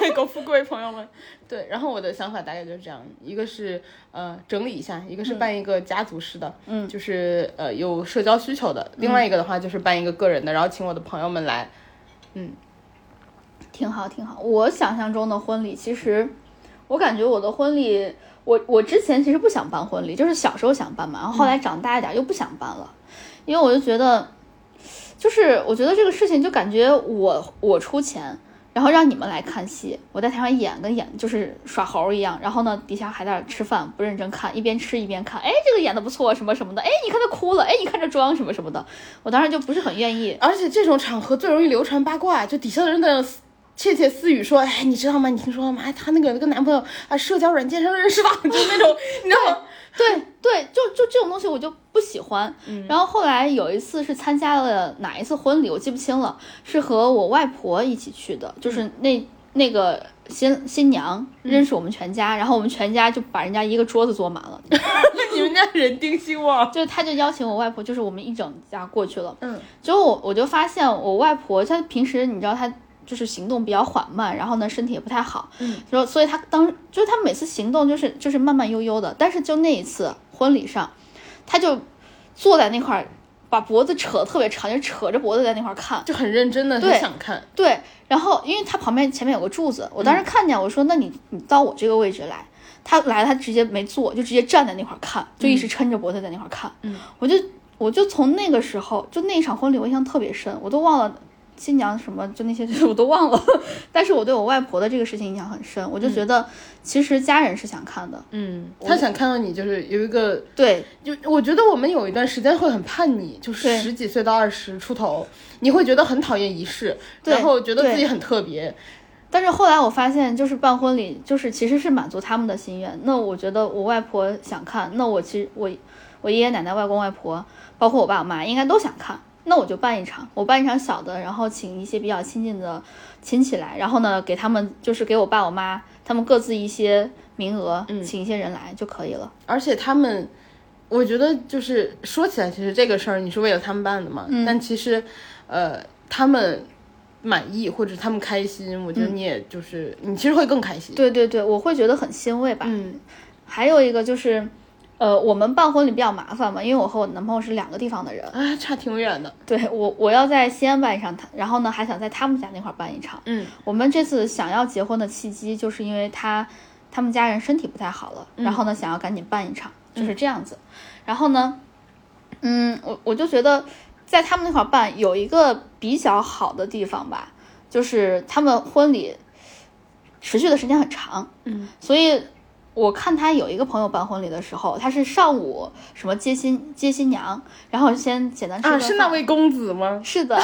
S3: 对，狗富贵朋友们。对，然后我的想法大概就是这样：一个是呃整理一下，一个是办一个家族式的，嗯，就是呃有社交需求的；另外一个的话就是办一个个人的，然后请我的朋友们来。
S1: 挺好挺好。我想象中的婚礼，其实我感觉我的婚礼，我我之前其实不想办婚礼，就是小时候想办嘛，然后后来长大一点又不想办了，因为我就觉得，就是我觉得这个事情就感觉我我出钱。然后让你们来看戏，我在台上演跟演就是耍猴一样，然后呢底下还在那儿吃饭，不认真看，一边吃一边看，哎这个演的不错什么什么的，哎你看他哭了，哎你看这妆什么什么的，我当时就不是很愿意，
S3: 而且这种场合最容易流传八卦，就底下的人的窃窃私语说：“哎，你知道吗？你听说了吗？哎，她那个跟男朋友啊，社交软件上认识的，就那种，你知道吗？
S1: 对对，就就这种东西我就不喜欢。然后后来有一次是参加了哪一次婚礼，我记不清了，是和我外婆一起去的，就是那、那个新新娘认识我们全家，然后我们全家就把人家一个桌子坐满了，
S3: 你们家人丁兴旺。”
S1: 就是她就邀请我外婆，就是我们一整家过去了。
S3: 嗯，
S1: 之后我我就发现我外婆她平时你知道她。就是行动比较缓慢，然后呢身体也不太好，嗯，所所以他当就是他每次行动就是就是慢慢悠悠的，但是就那一次婚礼上，他就坐在那块儿，把脖子扯得特别长，就扯着脖子在那块儿看，
S3: 就很认真的，
S1: 对
S3: 很想看，
S1: 对，然后因为他旁边前面有个柱子，我当时看见，我说那你你到我这个位置来，他来他直接没坐，就直接站在那块儿看，就一直抻着脖子在那块儿看，
S3: 嗯，
S1: 我就我就从那个时候就那场婚礼我印象特别深，我都忘了。新娘什么就那些 我都忘了，但是我对我外婆的这个事情印象很深，我就觉得其实家人是想看的，
S3: 嗯，他想看到你就是有一个
S1: 对
S3: 就我觉得我们有一段时间会很叛逆，就是
S1: 对
S3: 十几岁到二十出头，你会觉得很讨厌仪式，
S1: 对
S3: 然后觉得
S1: 对
S3: 自己很特别。
S1: 但是后来我发现，就是办婚礼，就是其实是满足他们的心愿。那我觉得我外婆想看，那我其实我我爷爷奶奶、外公外婆，包括我爸我妈，应该都想看。那我就办一场，我办一场小的，然后请一些比较亲近的亲戚来，然后呢，给他们就是给我爸我妈他们各自一些名额，请一些人来就可以了。
S3: 而且他们，我觉得就是说起来，其实这个事儿你是为了他们办的嘛，但其实，呃，他们满意或者他们开心，我觉得你也就是、你其实会更开心。
S1: 对对对，我会觉得很欣慰吧。
S3: 嗯，
S1: 还有一个就是，呃，我们办婚礼比较麻烦嘛，因为我和我男朋友是两个地方的人，
S3: 啊，差挺远的。
S1: 对我，我要在西安办一场，他然后呢还想在他们家那块儿办一场。
S3: 嗯，
S1: 我们这次想要结婚的契机，就是因为他他们家人身体不太好了，
S3: 嗯
S1: 然后呢想要赶紧办一场，就是这样子。然后呢，嗯，我我就觉得在他们那块儿办有一个比较好的地方吧，就是他们婚礼持续的时间很长，
S3: 嗯，
S1: 所以我看他有一个朋友办婚礼的时候，他是上午什么接新接新娘，然后先简单吃
S3: 啊，
S1: 顿
S3: 是
S1: 饭
S3: 那位公子吗？
S1: 是的，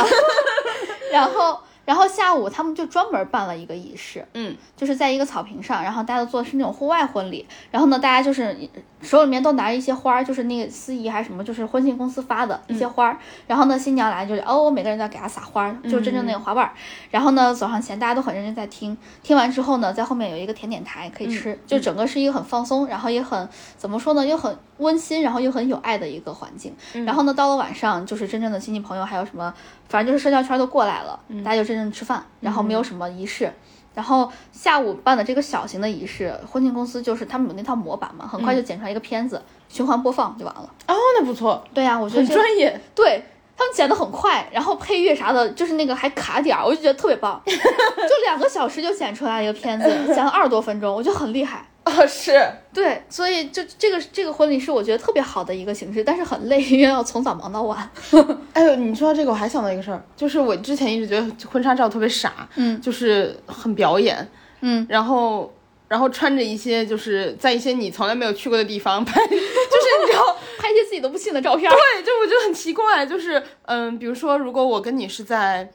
S1: 然后然后下午他们就专门办了一个仪式，
S3: 嗯，
S1: 就是在一个草坪上，然后大家都做的是那种户外婚礼，然后呢，大家就是手里面都拿着一些花儿，就是那个司仪还是什么，就是婚庆公司发的一些花儿，然后呢，新娘来就是哦，每个人都要给她撒花儿，就是真正那个花瓣儿，然后呢，走上前大家都很认真在听，听完之后呢，在后面有一个甜点台可以吃，就整个是一个很放松，然后也很怎么说呢，又很温馨，然后又很有爱的一个环境。然后呢，到了晚上就是真正的亲戚朋友还有什么，反正就是社交圈都过来了，大家就真正吃饭，然后没有什么仪式。然后下午办的这个小型的仪式，婚庆公司就是他们有那套模板嘛，很快就剪出来一个片子，循环播放就完了。
S3: 哦，那不错，
S1: 对呀、我觉得
S3: 很
S1: 这
S3: 专业。
S1: 对他们剪得很快，然后配乐啥的，就是那个还卡点儿，我就觉得特别 棒，就两个小时就剪出来一个片子， 剪了二十多分钟，我觉得很厉害。
S3: 啊，是。
S1: 对，所以就这个这个婚礼是我觉得特别好的一个形式，但是很累，因为要从早忙到晚。
S3: 哎呦，你说到这个，我还想到一个事儿，就是我之前一直觉得婚纱照特别傻，
S1: 嗯
S3: 就是很表演，
S1: 嗯，
S3: 然后然后穿着一些就是在一些你从来没有去过的地方拍， 就是你知道，
S1: 拍一些自己都不信的照片儿。
S3: 对，就我觉得很奇怪，就是嗯，比如说如果我跟你是在。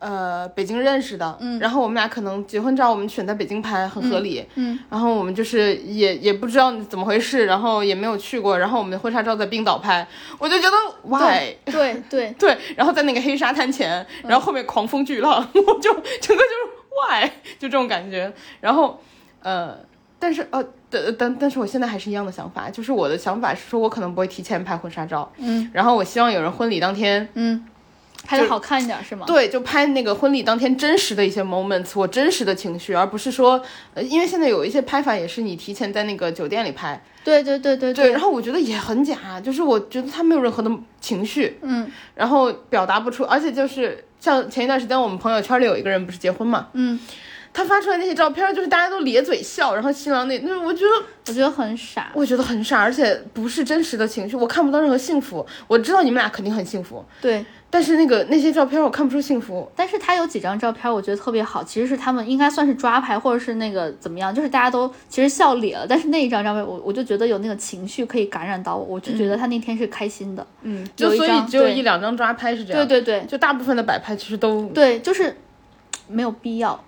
S3: 呃，北京认识的，嗯，然后我们俩可能结婚照我们选在北京拍，很合理，
S1: 嗯
S3: 然后我们就是也也不知道怎么回事，然后也没有去过，然后我们的婚纱照在冰岛拍，我就觉得 why，
S1: 对对，
S3: 对，然后在那个黑沙滩前，然后后面狂风巨浪， 我就整个就是 why 就这种感觉。然后，呃，但是呃，但但但是我现在还是一样的想法，就是我的想法是说我可能不会提前拍婚纱照，
S1: 嗯
S3: 然后我希望有人婚礼当天，
S1: 嗯，拍的好看一点是吗？
S3: 对，就拍那个婚礼当天真实的一些 moments，我真实的情绪，而不是说，呃，因为现在有一些拍法也是你提前在那个酒店里拍，
S1: 对对对对
S3: 对，然后我觉得也很假，就是我觉得他没有任何的情绪，
S1: 嗯
S3: 然后表达不出，而且就是像前一段时间我们朋友圈里有一个人不是结婚嘛，
S1: 嗯，
S3: 他发出来那些照片，就是大家都咧嘴笑，然后新郎那那我觉得
S1: 我觉得很傻。
S3: 我觉得很傻，而且不是真实的情绪，我看不到任何幸福。我知道你们俩肯定很幸福，
S1: 对，
S3: 但是那个那些照片我看不出幸福。
S1: 但是他有几张照片，我觉得特别好，其实是他们应该算是抓拍，或者是那个怎么样，就是大家都其实笑咧了，但是那一张照片，我我就觉得有那个情绪可以感染到我，我就觉得他那天是开心的。
S3: 嗯，
S1: 有
S3: 就
S1: 一
S3: 所以
S1: 张
S3: 只有
S1: 对
S3: 一两张抓拍是这
S1: 对
S3: 样，
S1: 对对
S3: 就大部分的摆拍其实都
S1: 对，就是没有必要。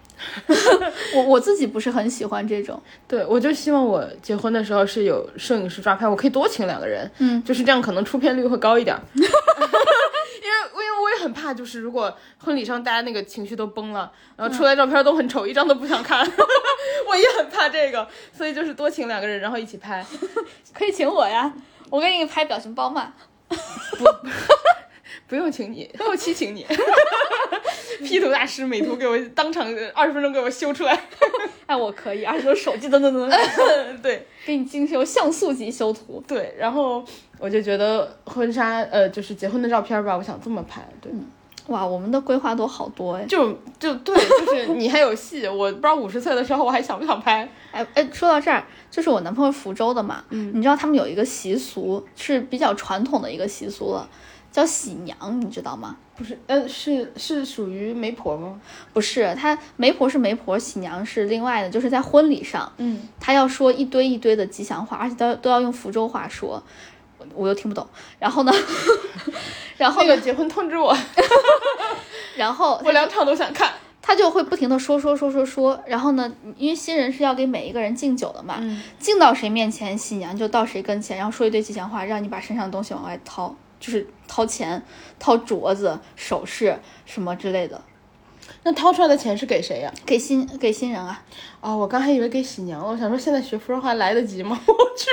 S1: 我我自己不是很喜欢这种，
S3: 对我就希望我结婚的时候是有摄影师抓拍，我可以多请两个人，
S1: 嗯，
S3: 就是这样，可能出片率会高一点儿。因为因为我也很怕，就是如果婚礼上大家那个情绪都崩了，然后出来照片都很丑，一张都不想看， 我也很怕这个，所以就是多请两个人，然后一起拍。
S1: 可以请我呀，我给你拍表情包嘛。
S3: 不用请你，后期请你。 P 图大师美图给我当场二十分钟给我修出来。
S1: 哎，我可以，而且我手机噔噔噔噔，
S3: 对
S1: 给你进行像素级修图。
S3: 对，然后我就觉得婚纱呃就是结婚的照片吧，我想这么拍。对，
S1: 哇，我们的规划都好多哎。
S3: 就就对，就是你还有戏，我不知道五十岁的时候我还想不想拍。
S1: 哎哎，说到这儿，就是我男朋友福州的嘛，你知道他们有一个习俗是比较传统的一个习俗了，叫喜娘，你知道吗？
S3: 不是，呃，是是属于媒婆吗？
S1: 不是，她媒婆是媒婆，喜娘是另外的，就是在婚礼上，
S3: 嗯，
S1: 她要说一堆一堆的吉祥话，而且都都要用福州话说，我我又听不懂。然后呢， 然后
S3: 那
S1: 呢，
S3: 个结婚通知我，
S1: 然后
S3: 我两场都想看。
S1: 他就会不停的说说说说说，然后呢，因为新人是要给每一个人敬酒的嘛，
S3: 嗯
S1: 敬到谁面前，喜娘就到谁跟前，然后说一堆吉祥话，让你把身上的东西往外掏，就是掏钱、掏镯子、首饰什么之类的，
S3: 那掏出来的钱是给谁呀、
S1: 给新给新人啊。
S3: 哦，我刚还以为给喜娘，我想说现在学福州话来得及吗？我去，我去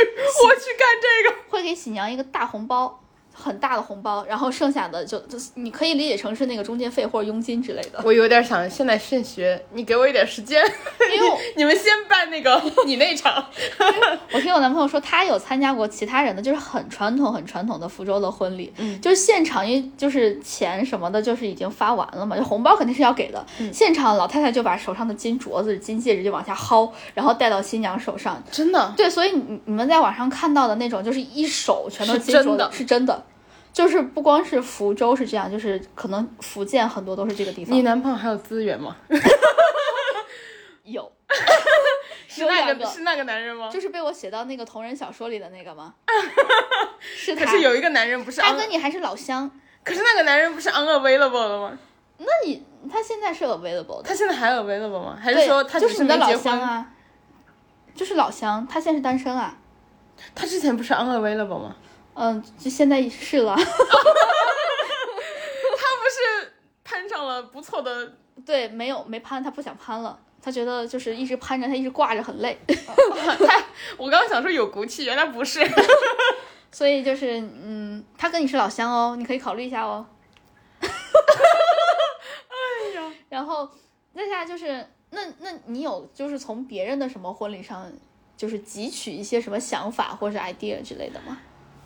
S3: 干这个。
S1: 会给喜娘一个大红包，很大的红包，然后剩下的就就是你可以理解成是那个中介费或者佣金之类的。
S3: 我有点想现在现学，你给我一点时间，
S1: 因为我
S3: 你们先办那个你那场。
S1: 我听我男朋友说，他有参加过其他人的，就是很传统、很传统的福州的婚礼，就是现场，因为就是钱什么的，就是已经发完了嘛，就红包肯定是要给的。现场老太太就把手上的金镯子、金戒指就往下薅，然后戴到新娘手上。
S3: 真的，
S1: 对，所以你你们在网上看到的那种，就是一手全都
S3: 是
S1: 金镯子，
S3: 真的
S1: 是真的。就是不光是福州是这样，就是可能福建很多都是这个地方。
S3: 你男朋友还有资源吗？
S1: 有
S3: 是
S1: 有
S3: 那
S1: 两
S3: 个是那个男人吗？
S1: 就是被我写到那个同人小说里的那个 吗？是他，
S3: 可是有一个男人不是
S1: 他
S3: un，
S1: 跟你还是老乡。
S3: 可是那个男人不是 unavailable 了吗？
S1: 那你他现在是 available 的，
S3: 他现在还 available 吗？还是
S1: 对，
S3: 说他
S1: 就
S3: 只
S1: 是你
S3: 没
S1: 的
S3: 结
S1: 老
S3: 婚？
S1: 乡啊，就是老乡，他现在是单身啊，
S3: 他之前不是 unavailable 吗？
S1: 嗯，就现在是了，
S3: 他不是攀上了不错的，
S1: 对，没有没攀，他不想攀了，他觉得就是一直攀着，他一直挂着很累，
S3: 他我刚刚想说有骨气，原来不是。
S1: 所以就是嗯，他跟你是老乡哦，你可以考虑一下哦。 哎呀，然后再下来就是那那你有就是从别人的什么婚礼上就是汲取一些什么想法或是 idea 之类的吗？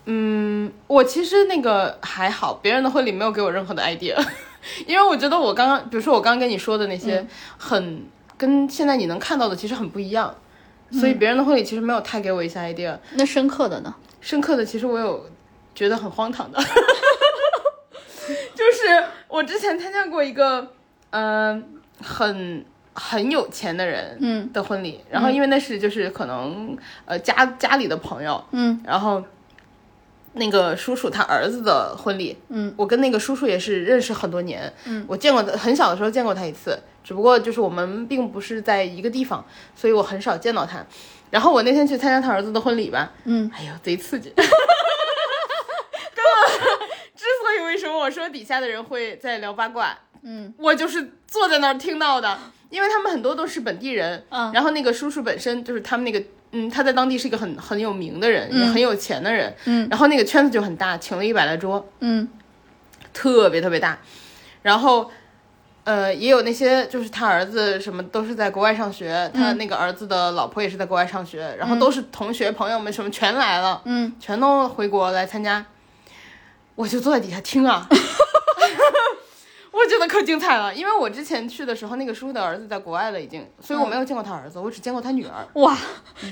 S3: 嗯， 我其实那个还好，别人的婚礼没有给我任何的 idea，因 为我觉得我刚刚，比如说我刚刚跟你说的那些，很跟现在你能看到的其实很不一样，所以别人的婚礼其实没有太给我一些 idea。
S1: 那深刻的呢？
S3: 深刻的，其实我有觉得很荒唐的， 就是我之前参加过一个，嗯、很很有钱的人，
S1: 嗯
S3: 的婚礼，然后因为那是就是可能呃家家里的朋友，
S1: 嗯
S3: 然后那个叔叔他儿子的婚礼，
S1: 嗯，
S3: 我跟那个叔叔也是认识很多年，
S1: 嗯，
S3: 我见过他很小的时候见过他一次，只不过就是我们并不是在一个地方，所以我很少见到他。然后我那天去参加他儿子的婚礼吧，
S1: 嗯，
S3: 哎呦，贼刺 激。跟我之所以为什么我说底下的人会在聊八卦，
S1: 嗯，
S3: 我就是坐在那儿听到的，因为他们很多都是本地人，
S1: 嗯
S3: 然后那个叔叔本身就是他们那个，嗯，他在当地是一个很很有名的人，也很有钱的人，
S1: 嗯，
S3: 然后那个圈子就很大，请了一百来桌，
S1: 嗯
S3: 特别特别大，然后。呃，也有那些就是他儿子什么都是在国外上学，他那个儿子的老婆也是在国外上学，然后都是同学朋友们什么全来了，
S1: 嗯，
S3: 全都回国来参加，我就坐在底下听啊， 我觉得可精彩了，因为我之前去的时候，那个叔叔的儿子在国外了已经，所以我没有见过他儿子，我只见过他女儿。
S1: 哇，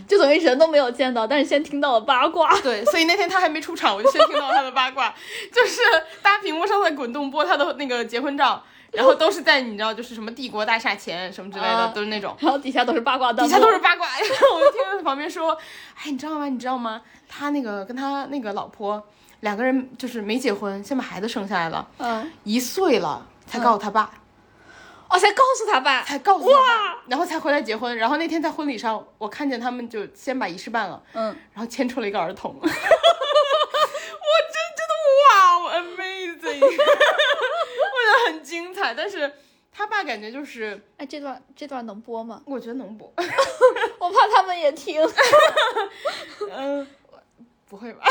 S1: 就等于人都没有见到，但是先听到了八卦。
S3: 对，所以那天他还没出场，我就先听到他的八卦，就是大屏幕上在滚动播他的那个结婚照，然后都是在你知道就是什么帝国大厦前什么之类的，
S1: 啊
S3: 都是那种。
S1: 然后底下都是八卦弹
S3: 底
S1: 幕，
S3: 下都是八卦， 然后我就听到旁边说，哎，你知道吗？你知道吗？他那个跟他那个老婆两个人就是没结婚，先把孩子生下来了，
S1: 嗯，
S3: 一岁了才告诉他爸，
S1: 哦，才告诉他爸，
S3: 才告诉他爸，然后才回来结婚。然后那天在婚礼上，我看见他们就先把仪式办了，
S1: 嗯，
S3: 然后牵出了一个儿童。 我真觉得哇，amazing，我 觉得很精彩。但是他爸感觉就是，
S1: 哎，这段这段能播吗？
S3: 我觉得能播，
S1: 我怕他们也听。
S3: 嗯、不会吧？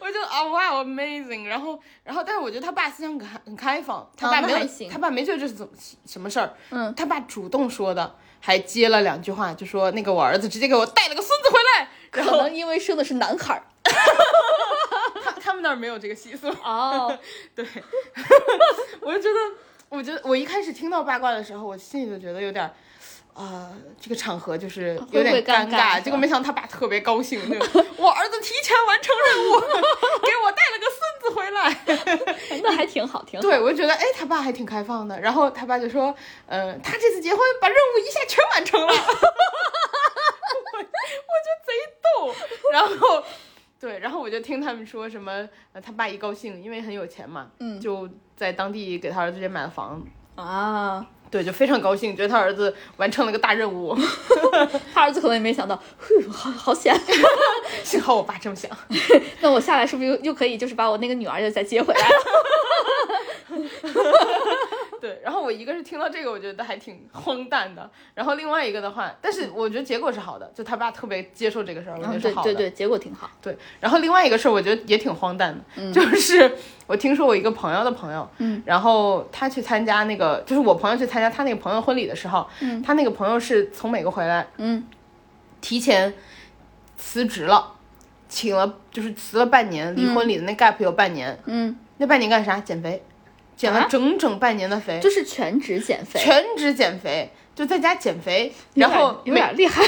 S3: 我就啊哇、wow, amazing，然后然后，但是我觉得他爸思想很很开放，他
S1: 哦
S3: 爸
S1: 那
S3: 没有、
S1: 还行
S3: 他爸没觉得这是怎么什么事儿，
S1: 嗯，
S3: 他爸主动说的，还接了两句话，就说那个我儿子直接给我带了个孙子回来，
S1: 可
S3: 然后
S1: 能因为生的是男孩儿
S3: 他他们那儿没有这个习俗，
S1: 哦，
S3: 对，我就觉得，我觉得我一开始听到八卦的时候，我心里就觉得有点儿，啊、这个场合就是
S1: 会
S3: 有点
S1: 会
S3: 尴
S1: 尴尬是吧
S3: 结果没想到他爸特别高兴，就 我儿子提前完成 任务，给我带了个孙子回来。
S1: 那还挺好，挺好。
S3: 对，我就觉得，哎，他爸还挺开放的。然后他爸就说，呃，他这次结婚把任务一下全完成了， 我我就贼逗。然后，对，然后我就听他们说什么，呃，他爸一高兴，因为很有钱嘛，嗯，就在当地给他儿子直接买了房。
S1: 啊，
S3: 对，就非常高兴，觉得他儿子完成了个大任务。
S1: 他儿子可能也没想到，呼，好好险。
S3: 幸好我爸这么想，
S1: 那我下来是不是又又可以就是把我那个女儿又再接回来了？
S3: 对。然后我一个是听到这个，我觉得还挺荒诞的。然后另外一个的话，但是我觉得结果是好的，就他爸特别接受这个事儿，我觉
S1: 嗯，
S3: 得是
S1: 对
S3: 好的。
S1: 对对，结果挺好。
S3: 对，然后另外一个事儿，我觉得也挺荒诞的，
S1: 嗯
S3: 就是我听说我一个朋友的朋友，嗯，然后他去参加那个，就是我朋友去参加他那个朋友婚礼的时候，嗯，他那个朋友是从美国回来，
S1: 嗯，
S3: 提前辞职了，请了就是辞了半年，离婚礼的那 gap 有半年，
S1: 嗯，
S3: 那半年干啥？减肥，减了
S1: 啊
S3: 整整半年的肥，
S1: 就是全职减肥，
S3: 全职减肥，就在家减肥，
S1: 有
S3: 然
S1: 点
S3: 后
S1: 有
S3: 美
S1: 点厉害，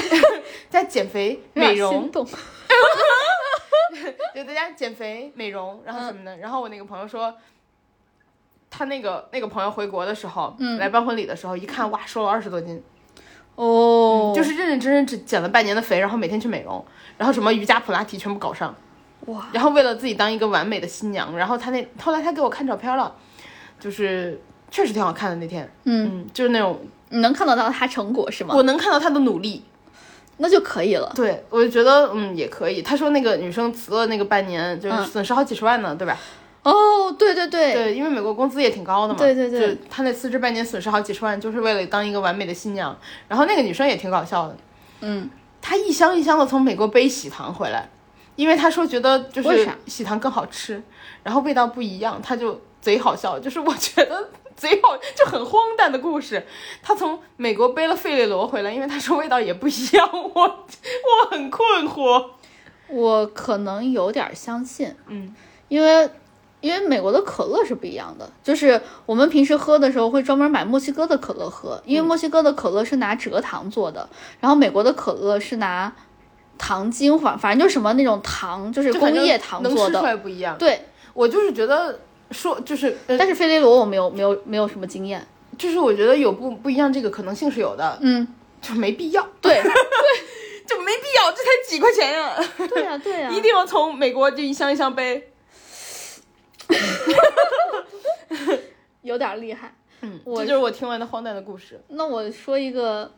S3: 在减肥
S1: 有点
S3: 美容
S1: 心。动。
S3: 就在家减肥、美容，然后什么的。然后我那个朋友说，他那个那个朋友回国的时候，来办婚礼的时候，一看哇，瘦了二十多斤，
S1: 哦，
S3: 就是认认真真只减了半年的肥，然后每天去美容，然后什么瑜伽、普拉提全部搞上。
S1: 哇，
S3: 然后为了自己当一个完美的新娘，然后他那后来他给我看照片了，就是确实挺好看的那天，
S1: 嗯
S3: 就是那种
S1: 你能看得到他成果是吗？
S3: 我能看到他的努力，
S1: 那就可以了。
S3: 对我就觉得嗯也可以。他说那个女生辞了那个半年，就是
S1: 嗯
S3: 损失好几十万呢，对吧？
S1: 哦，对对对，
S3: 对，因为美国工资也挺高的嘛。
S1: 对对对
S3: 就他那辞职半年损失好几十万，就是为了当一个完美的新娘。然后那个女生也挺搞笑的，
S1: 嗯，
S3: 她一箱一箱的从美国背喜糖回来，因为她说觉得就
S1: 为
S3: 是
S1: 啥
S3: 喜糖更好吃，然后味道不一样，她就贼好笑。就是我觉得贼好，就很荒诞的故事。她从美国背了费列罗回来，因为她说味道也不一样，我我很困惑。
S1: 我可能有点相信，
S3: 嗯，
S1: 因为因为美国的可乐是不一样的，就是我们平时喝的时候会专门买墨西哥的可乐喝，因为
S3: 嗯
S1: 墨西哥的可乐是拿蔗糖做的，然后美国的可乐是拿糖精反反正就是什么那种糖，就是
S3: 就
S1: 工
S3: 反正
S1: 业糖
S3: 能
S1: 做
S3: 吃出
S1: 的。
S3: 来不一样。
S1: 对，
S3: 我就是觉得说就是，呃
S1: 但是费雷罗我没有没有没有什么经验。
S3: 就是我觉得有不不一样这个可能性是有的，
S1: 嗯，
S3: 就没必要，
S1: 对
S3: 就没必要，这才几块钱呀、
S1: 对 呀、对呀、
S3: 一定要从美国就一箱一箱背。
S1: 有点厉害。
S3: 嗯，
S1: 我
S3: 这就是我听完的荒诞的故事。
S1: 那我说一个，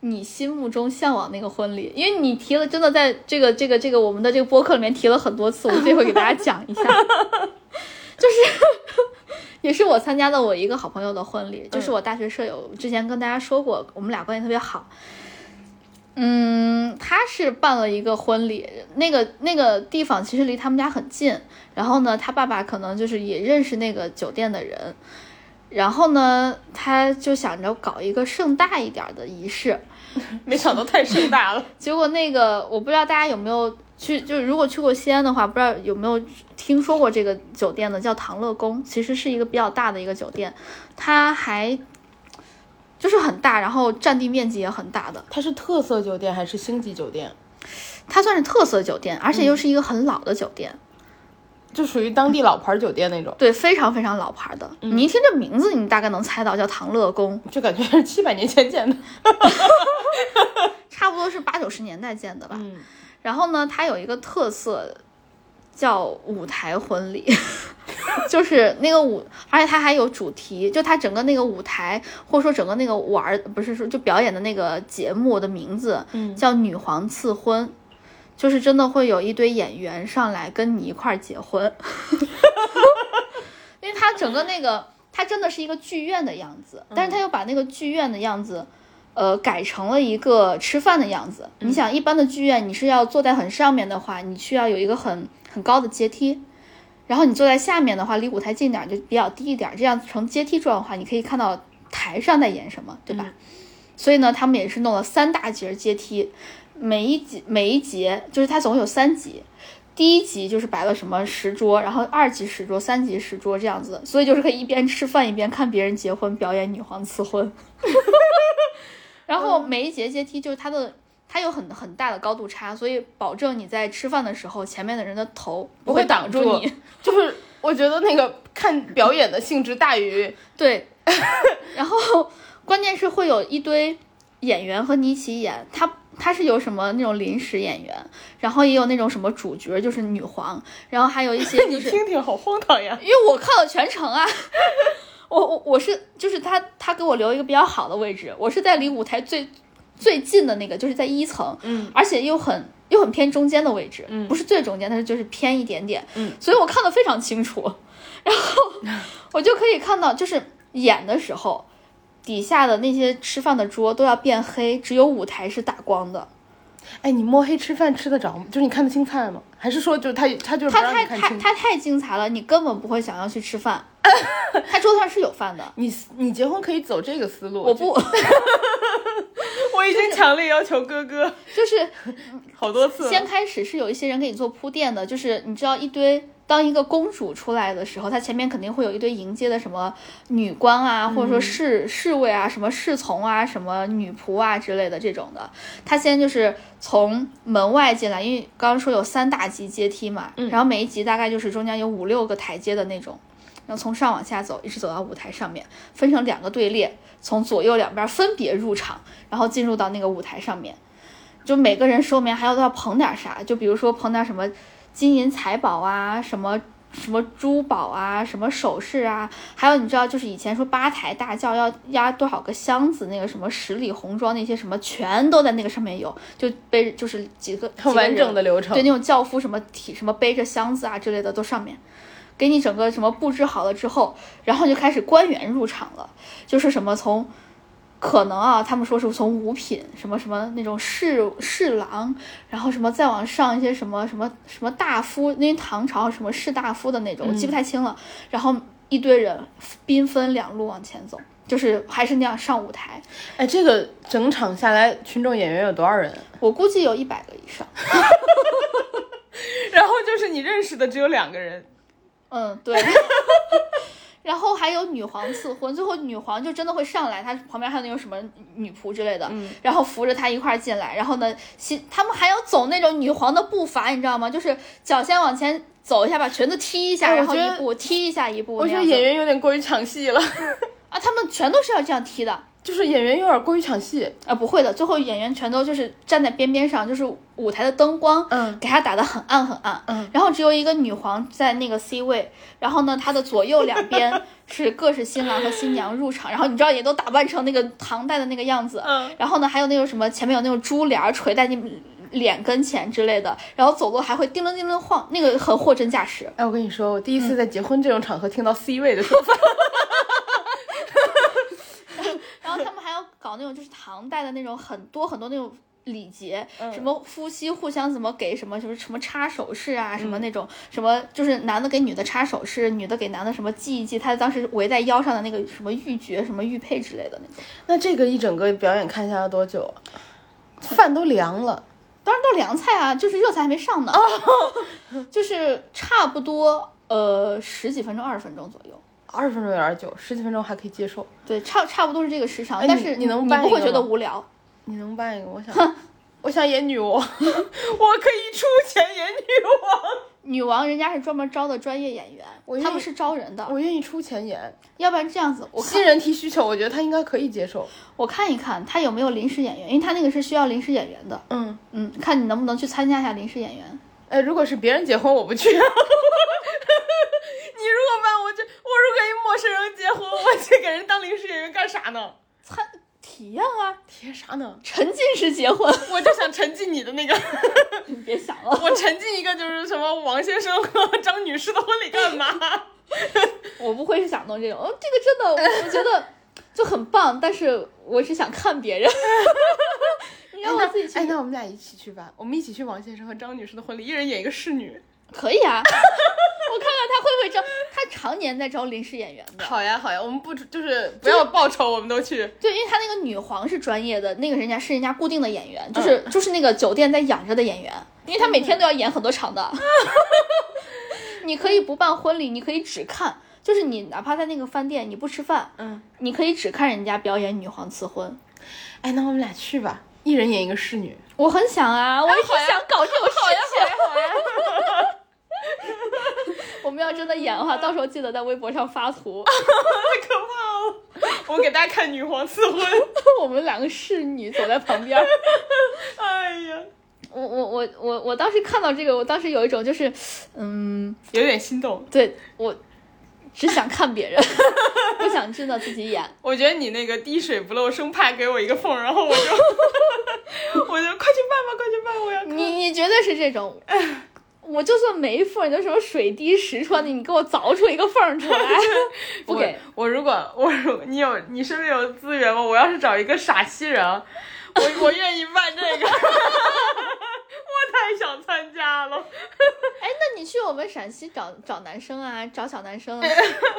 S1: 你心目中向往那个婚礼，因为你提了，真的在这个这个这个我们的这个播客里面提了很多次，我这回给大家讲一下，就是也是我参加的我一个好朋友的婚礼，就是我大学舍友，之前跟大家说过，我们俩关系特别好。嗯，他是办了一个婚礼，那个那个地方其实离他们家很近，然后呢，他爸爸可能就是也认识那个酒店的人，然后呢，他就想着搞一个盛大一点儿的仪式。
S3: 没想到太盛大了，
S1: 结果那个我不知道大家有没有去，就是如果去过西安的话，不知道有没有听说过这个酒店呢？叫唐乐宫，其实是一个比较大的一个酒店，它还就是很大，然后占地面积也很大的，
S3: 它是特色酒店还是星级酒店？
S1: 它算是特色酒店，而且又是一个很老的酒店。
S3: 就属于当地老牌酒店那种，
S1: 对，非常非常老牌的。嗯你一听这名字，你大概能猜到叫唐乐宫，
S3: 就感觉是七百年前建的。
S1: 差不多是八九十年代建的吧。
S3: 嗯，
S1: 然后呢，它有一个特色叫舞台婚礼， 就是那个舞，而且它还有主题，就它整个那个舞台或者说整个那个玩儿，不是说就表演的那个节目的名字，
S3: 嗯
S1: 叫女皇赐婚。就是真的会有一堆演员上来跟你一块儿结婚， 因为它整个那个它真的是一个剧院的样子，但是它又把那个剧院的样子呃改成了一个吃饭的样子。你想，一般的剧院你是要坐在很上面的话，你需要有一个很很高的阶梯。然后你坐在下面的话，离舞台近点儿就比较低一点儿，这样呈阶梯状的话，你可以看到台上在演什么，对吧？所以呢，他们也是弄了三大节阶梯，每一节每一节就是它总共有三级，第一级就是摆了什么十桌，然后二级十桌，三级十桌这样子，所以就是可以一边吃饭一边看别人结婚，表演女皇赐 婚。然后每一节阶梯就是它的。它有很很大的高度差，所以保证你在吃饭的时候，前面的人的头不
S3: 不会
S1: 会
S3: 挡
S1: 挡
S3: 住
S1: 住你。
S3: 就是我觉得那个看表演的性质大于
S1: 对， 然后关键是会有一堆演员和你一起演，他他是有什么那种临时演员，然后也有那种什么主角，就是女皇，然后还有一些就
S3: 你
S1: 是
S3: 听听好荒唐呀！
S1: 因为我看了全程啊。 我我我是就是他他给我留一个比较好的位置，我是在离舞台最最近的那个，就是在一层，
S3: 嗯，
S1: 而且又很又很偏中间的位置，
S3: 嗯
S1: 不是最中间，但是就是偏一点点，
S3: 嗯，
S1: 所以我看得非常清楚，然后我就可以看到，就是演的时候，底下的那些吃饭的桌都要变黑，只有舞台是打光的，
S3: 哎，你摸黑吃饭吃得着吗？就是你看得清菜吗？还是说就是他他就是不
S1: 它
S3: 让你
S1: 太
S3: 看
S1: 太
S3: 清？
S1: 它太精彩了，你根本不会想要去吃 饭，他桌上是有饭的，
S3: 你你结婚可以走这个思路，
S1: 我不
S3: 我已经强烈要求哥哥
S1: 就是
S3: 好多次了。
S1: 先开始是有一些人给你做铺垫的，就是你知道一堆。当一个公主出来的时候，她前面肯定会有一堆迎接的什么女官啊，或者说侍侍卫啊、什么侍从啊、什么女仆啊之类的这种的。她先就是从门外进来，因为刚刚说有三大级阶梯嘛，然后每一级大概就是中间有五六个台阶的那种，然后从上往下走，一直走到舞台上面，分成两个队列，从左右两边分别入场，然后进入到那个舞台上面。就每个人手里面还要都要捧点啥，就比如说捧点什么金银财宝啊，什么什么珠宝啊，什么首饰啊，还有你知道就是以前说八抬大轿要压多少个箱子，那个什么十里红妆那些什么全都在那个上面有，就背就是几个
S3: 很完整的
S1: 流
S3: 流程，
S1: 对那种轿夫什么提什么背着箱子啊之类的都上面。给你整个什么布置好了之后，然后就开始官员入场了，就是什么从可能啊，他们说是从五品什么什么那种侍侍郎，然后什么再往上一些什么什么什么大夫，因为唐朝什么士大夫的那种，我记不太清了。然后一堆人兵分两路往前走，就是还是那样上舞台，
S3: 哎，这个整场下来，群众演员有多少人？啊
S1: 我估计有一百个以上。
S3: 然后就是你认识的只有两个人，
S1: 嗯，对。 然后还有女皇赐婚，最后女皇就真的会上来，她旁边还有那种什么女仆之类的，
S3: 嗯
S1: 然后扶着她一块儿进来。然后呢，新他们还要走那种女皇的步伐，你知道吗？就是脚先往前走一下，把裙子踢一下，
S3: 哎我
S1: 然后
S3: 觉
S1: 一
S3: 得
S1: 步踢一下一步
S3: 我
S1: 那
S3: 觉
S1: 样
S3: 得
S1: 走。
S3: 演员有点过于抢戏了，
S1: 啊，他们全都是要这样踢的。
S3: 就是演员有点过于抢戏。
S1: 啊，不会的，最后演员全都就是站在边边上，就是舞台的灯光，
S3: 嗯
S1: 给他打得很暗很暗，
S3: 嗯，
S1: 然后只有一个女皇在那个 C 位，然后呢，她的左右两 边是各是新郎和新娘入场，然后你知道也都打扮成那个唐代的那个样子，
S3: 嗯，
S1: 然后呢，还有那种什么前面有那种珠帘儿垂在你脸跟前之类的，然后走路还会叮铃叮铃晃，那个很货真价实，
S3: 哎，我跟你说，我第一次在结婚这种场合听到 C 位的说法，
S1: 然后他们还要搞那种就是唐代的那种很多很多那种礼节，
S3: 嗯
S1: 什么夫妻互相怎么给什么什么什么插首饰啊，什
S3: 嗯
S1: 么那种、什么就是男的给女的插首饰，女的给男的什么系一系，他当时围在腰上的那个什么玉珏、什么玉佩之类的那种，
S3: 那这个一整个表演看下来多久啊？饭都凉了，
S1: 当然都是凉菜啊，就是热菜还没上呢，
S3: 哦
S1: 就是差不多呃十几分钟、二十分钟左右。
S3: 二十分钟有点久，十几分钟还可以接受。
S1: 对，差差不多是这个时长，
S3: 哎
S1: 但
S3: 你
S1: 是
S3: 你能
S1: 你
S3: 办
S1: 不
S3: 一
S1: 会
S3: 个
S1: 觉得
S3: 吗
S1: 无聊，
S3: 你能办一个？我想， 我想演女王， 我可以出钱演女
S1: 女王人家是专门招的专业演员
S3: 我愿，
S1: 他们
S3: 意
S1: 是招人的
S3: 王，，我愿意出钱演。
S1: 要不然这样子，我看
S3: 新人提需求，我觉得他应该可以接受。
S1: 我看一看他有没有临时演员，因为他那个是需要临时演员的，
S3: 嗯，
S1: 嗯，看你能不能去参加一下临时演员。
S3: 哎，如果是别人结婚，我不 去。你如果办，我就我如果一陌生人结婚，我去给人当临时演员干啥呢？
S1: 参体验啊，
S3: 贴啥呢？
S1: 沉浸式结 婚，
S3: 我就想沉浸你的那个，
S1: 你别想了，
S3: 我沉浸一个就是什么王先生和张女士的婚礼干嘛？
S1: 我不会是想弄这种，哦这个真的，我我觉得就很棒，但是我只想看别 人，你让我自己去
S3: 哎，那我们俩一起去吧，我们一起去王先生和张女士的婚礼，一人演一个侍女。
S1: 可以 啊，我看看他会不会招，他常年在招临时演员的，
S3: 好呀，好呀，我们不就是不要报酬，我们都去。
S1: 对，因为他那个女皇是专业的，那个人家是人家固定的演员，就是、就是那个酒店在养着的演员，因为他每天都要演很多场 的。你可以不办婚礼，你可以只看，就是你哪怕在那个饭店你不吃饭，
S3: 嗯，
S1: 你可以只看人家表演女皇赐婚。
S3: 哎，那我们俩去吧，一人演一个侍女。
S1: 我很想啊，我一直想搞这种事情。
S3: 好呀，
S1: 我们要真的演的话，到时候记得在微博上发图，
S3: 太可怕了！我给大家看女皇赐婚。
S1: 我们两个侍女走在旁边儿。
S3: 哎呀，
S1: 我我我我我当时看到这个，我当时有一种就是，嗯。
S3: 有点心动。
S1: 对我只想看别人， 不想知道自己演。
S3: 我觉得你那个滴水不漏，生怕给我一个缝，然后我就，我就 快去办吧，快去办，我要 看。
S1: 你你绝对是这种，我就算没缝，你就什么水滴石穿的，你给我凿出一个缝儿出来， 不给。
S3: 我，我如果我如你有你身边有资源吗？我要是找一个傻西人，我我愿意办这 个，我太想参加了。
S1: 哎， 那你去我们陕西找找男生啊，找小男生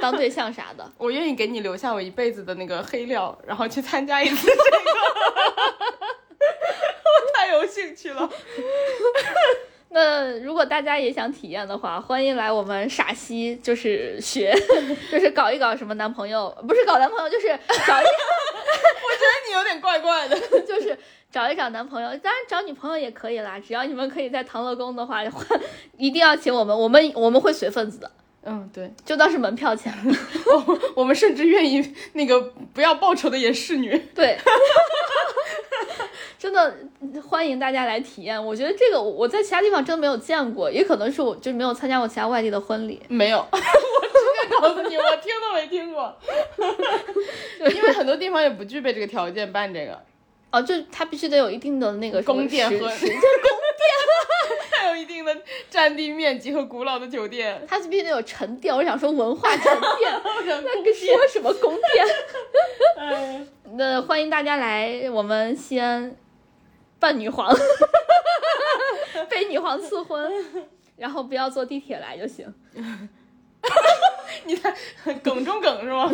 S1: 当对象啥的。
S3: 我愿意给你留下我一辈子的那个黑料，然后去参加一次这个， 我太有兴趣了。
S1: 那如果大家也想体验的话，欢迎来我们陕西，就是学， 就是搞一搞什么男朋友，不是搞男朋友，就是搞一
S3: 我觉得你有点怪怪的。
S1: 就是找一找男朋友，当然找女朋友也可以啦，只要你们可以在唐乐宫的话，欢一定要请我们，我们我们会随份子的，
S3: 嗯，对，
S1: 就当是门票钱。
S3: 我我们甚至愿意那个不要报酬的演侍女。
S1: 对， 真的欢迎大家来体验。我觉得这个我在其他地方真的没有见过，也可能是我就没有参加过其他外地的婚礼。
S3: 没 有，我直接告诉你，我听都没听过， 因为很多地方也不具备这个条件办这个，
S1: 哦，就他必须得有一定的那个什么
S3: 宫殿
S1: 实
S3: 和
S1: 实
S3: 还有一定的占地面积和古老的酒店。
S1: 他必须得有沉淀。我想说文化沉 淀，那
S3: 那
S1: 个说什么宫殿？
S3: 哎，
S1: 那欢迎大家来我们西安扮女皇， 被女皇赐婚， 然后不要坐地铁来就行。
S3: 你看， 梗中梗是吗？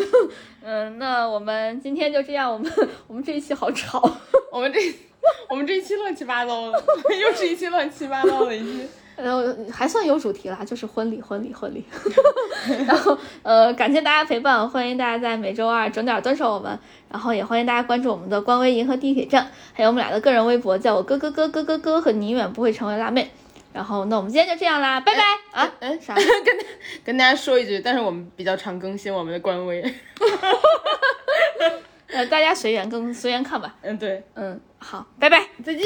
S1: 嗯，那我们今天就这样，我们我们这一期好吵，
S3: 我们这我们这一期乱七八糟的， 又是一期乱七八糟的一期。
S1: 然后还算有主题啦，就是婚礼，婚礼，婚礼。 然后呃，感谢大家陪伴，欢迎大家在每周二准点蹲守我们，然后也欢迎大家关注我们的官微银河地铁站，还有我们俩的个人微博，叫我哥哥哥哥哥哥和你永远不会成为辣妹。然后那我们今天就这样啦，拜拜啊！
S3: 哎，
S1: 啥？
S3: 跟大家说一句，但是我们比较常更新我们的官微。
S1: 呃，大家随缘更随缘看吧。
S3: 嗯，对，
S1: 嗯，好，拜拜。
S3: 再见。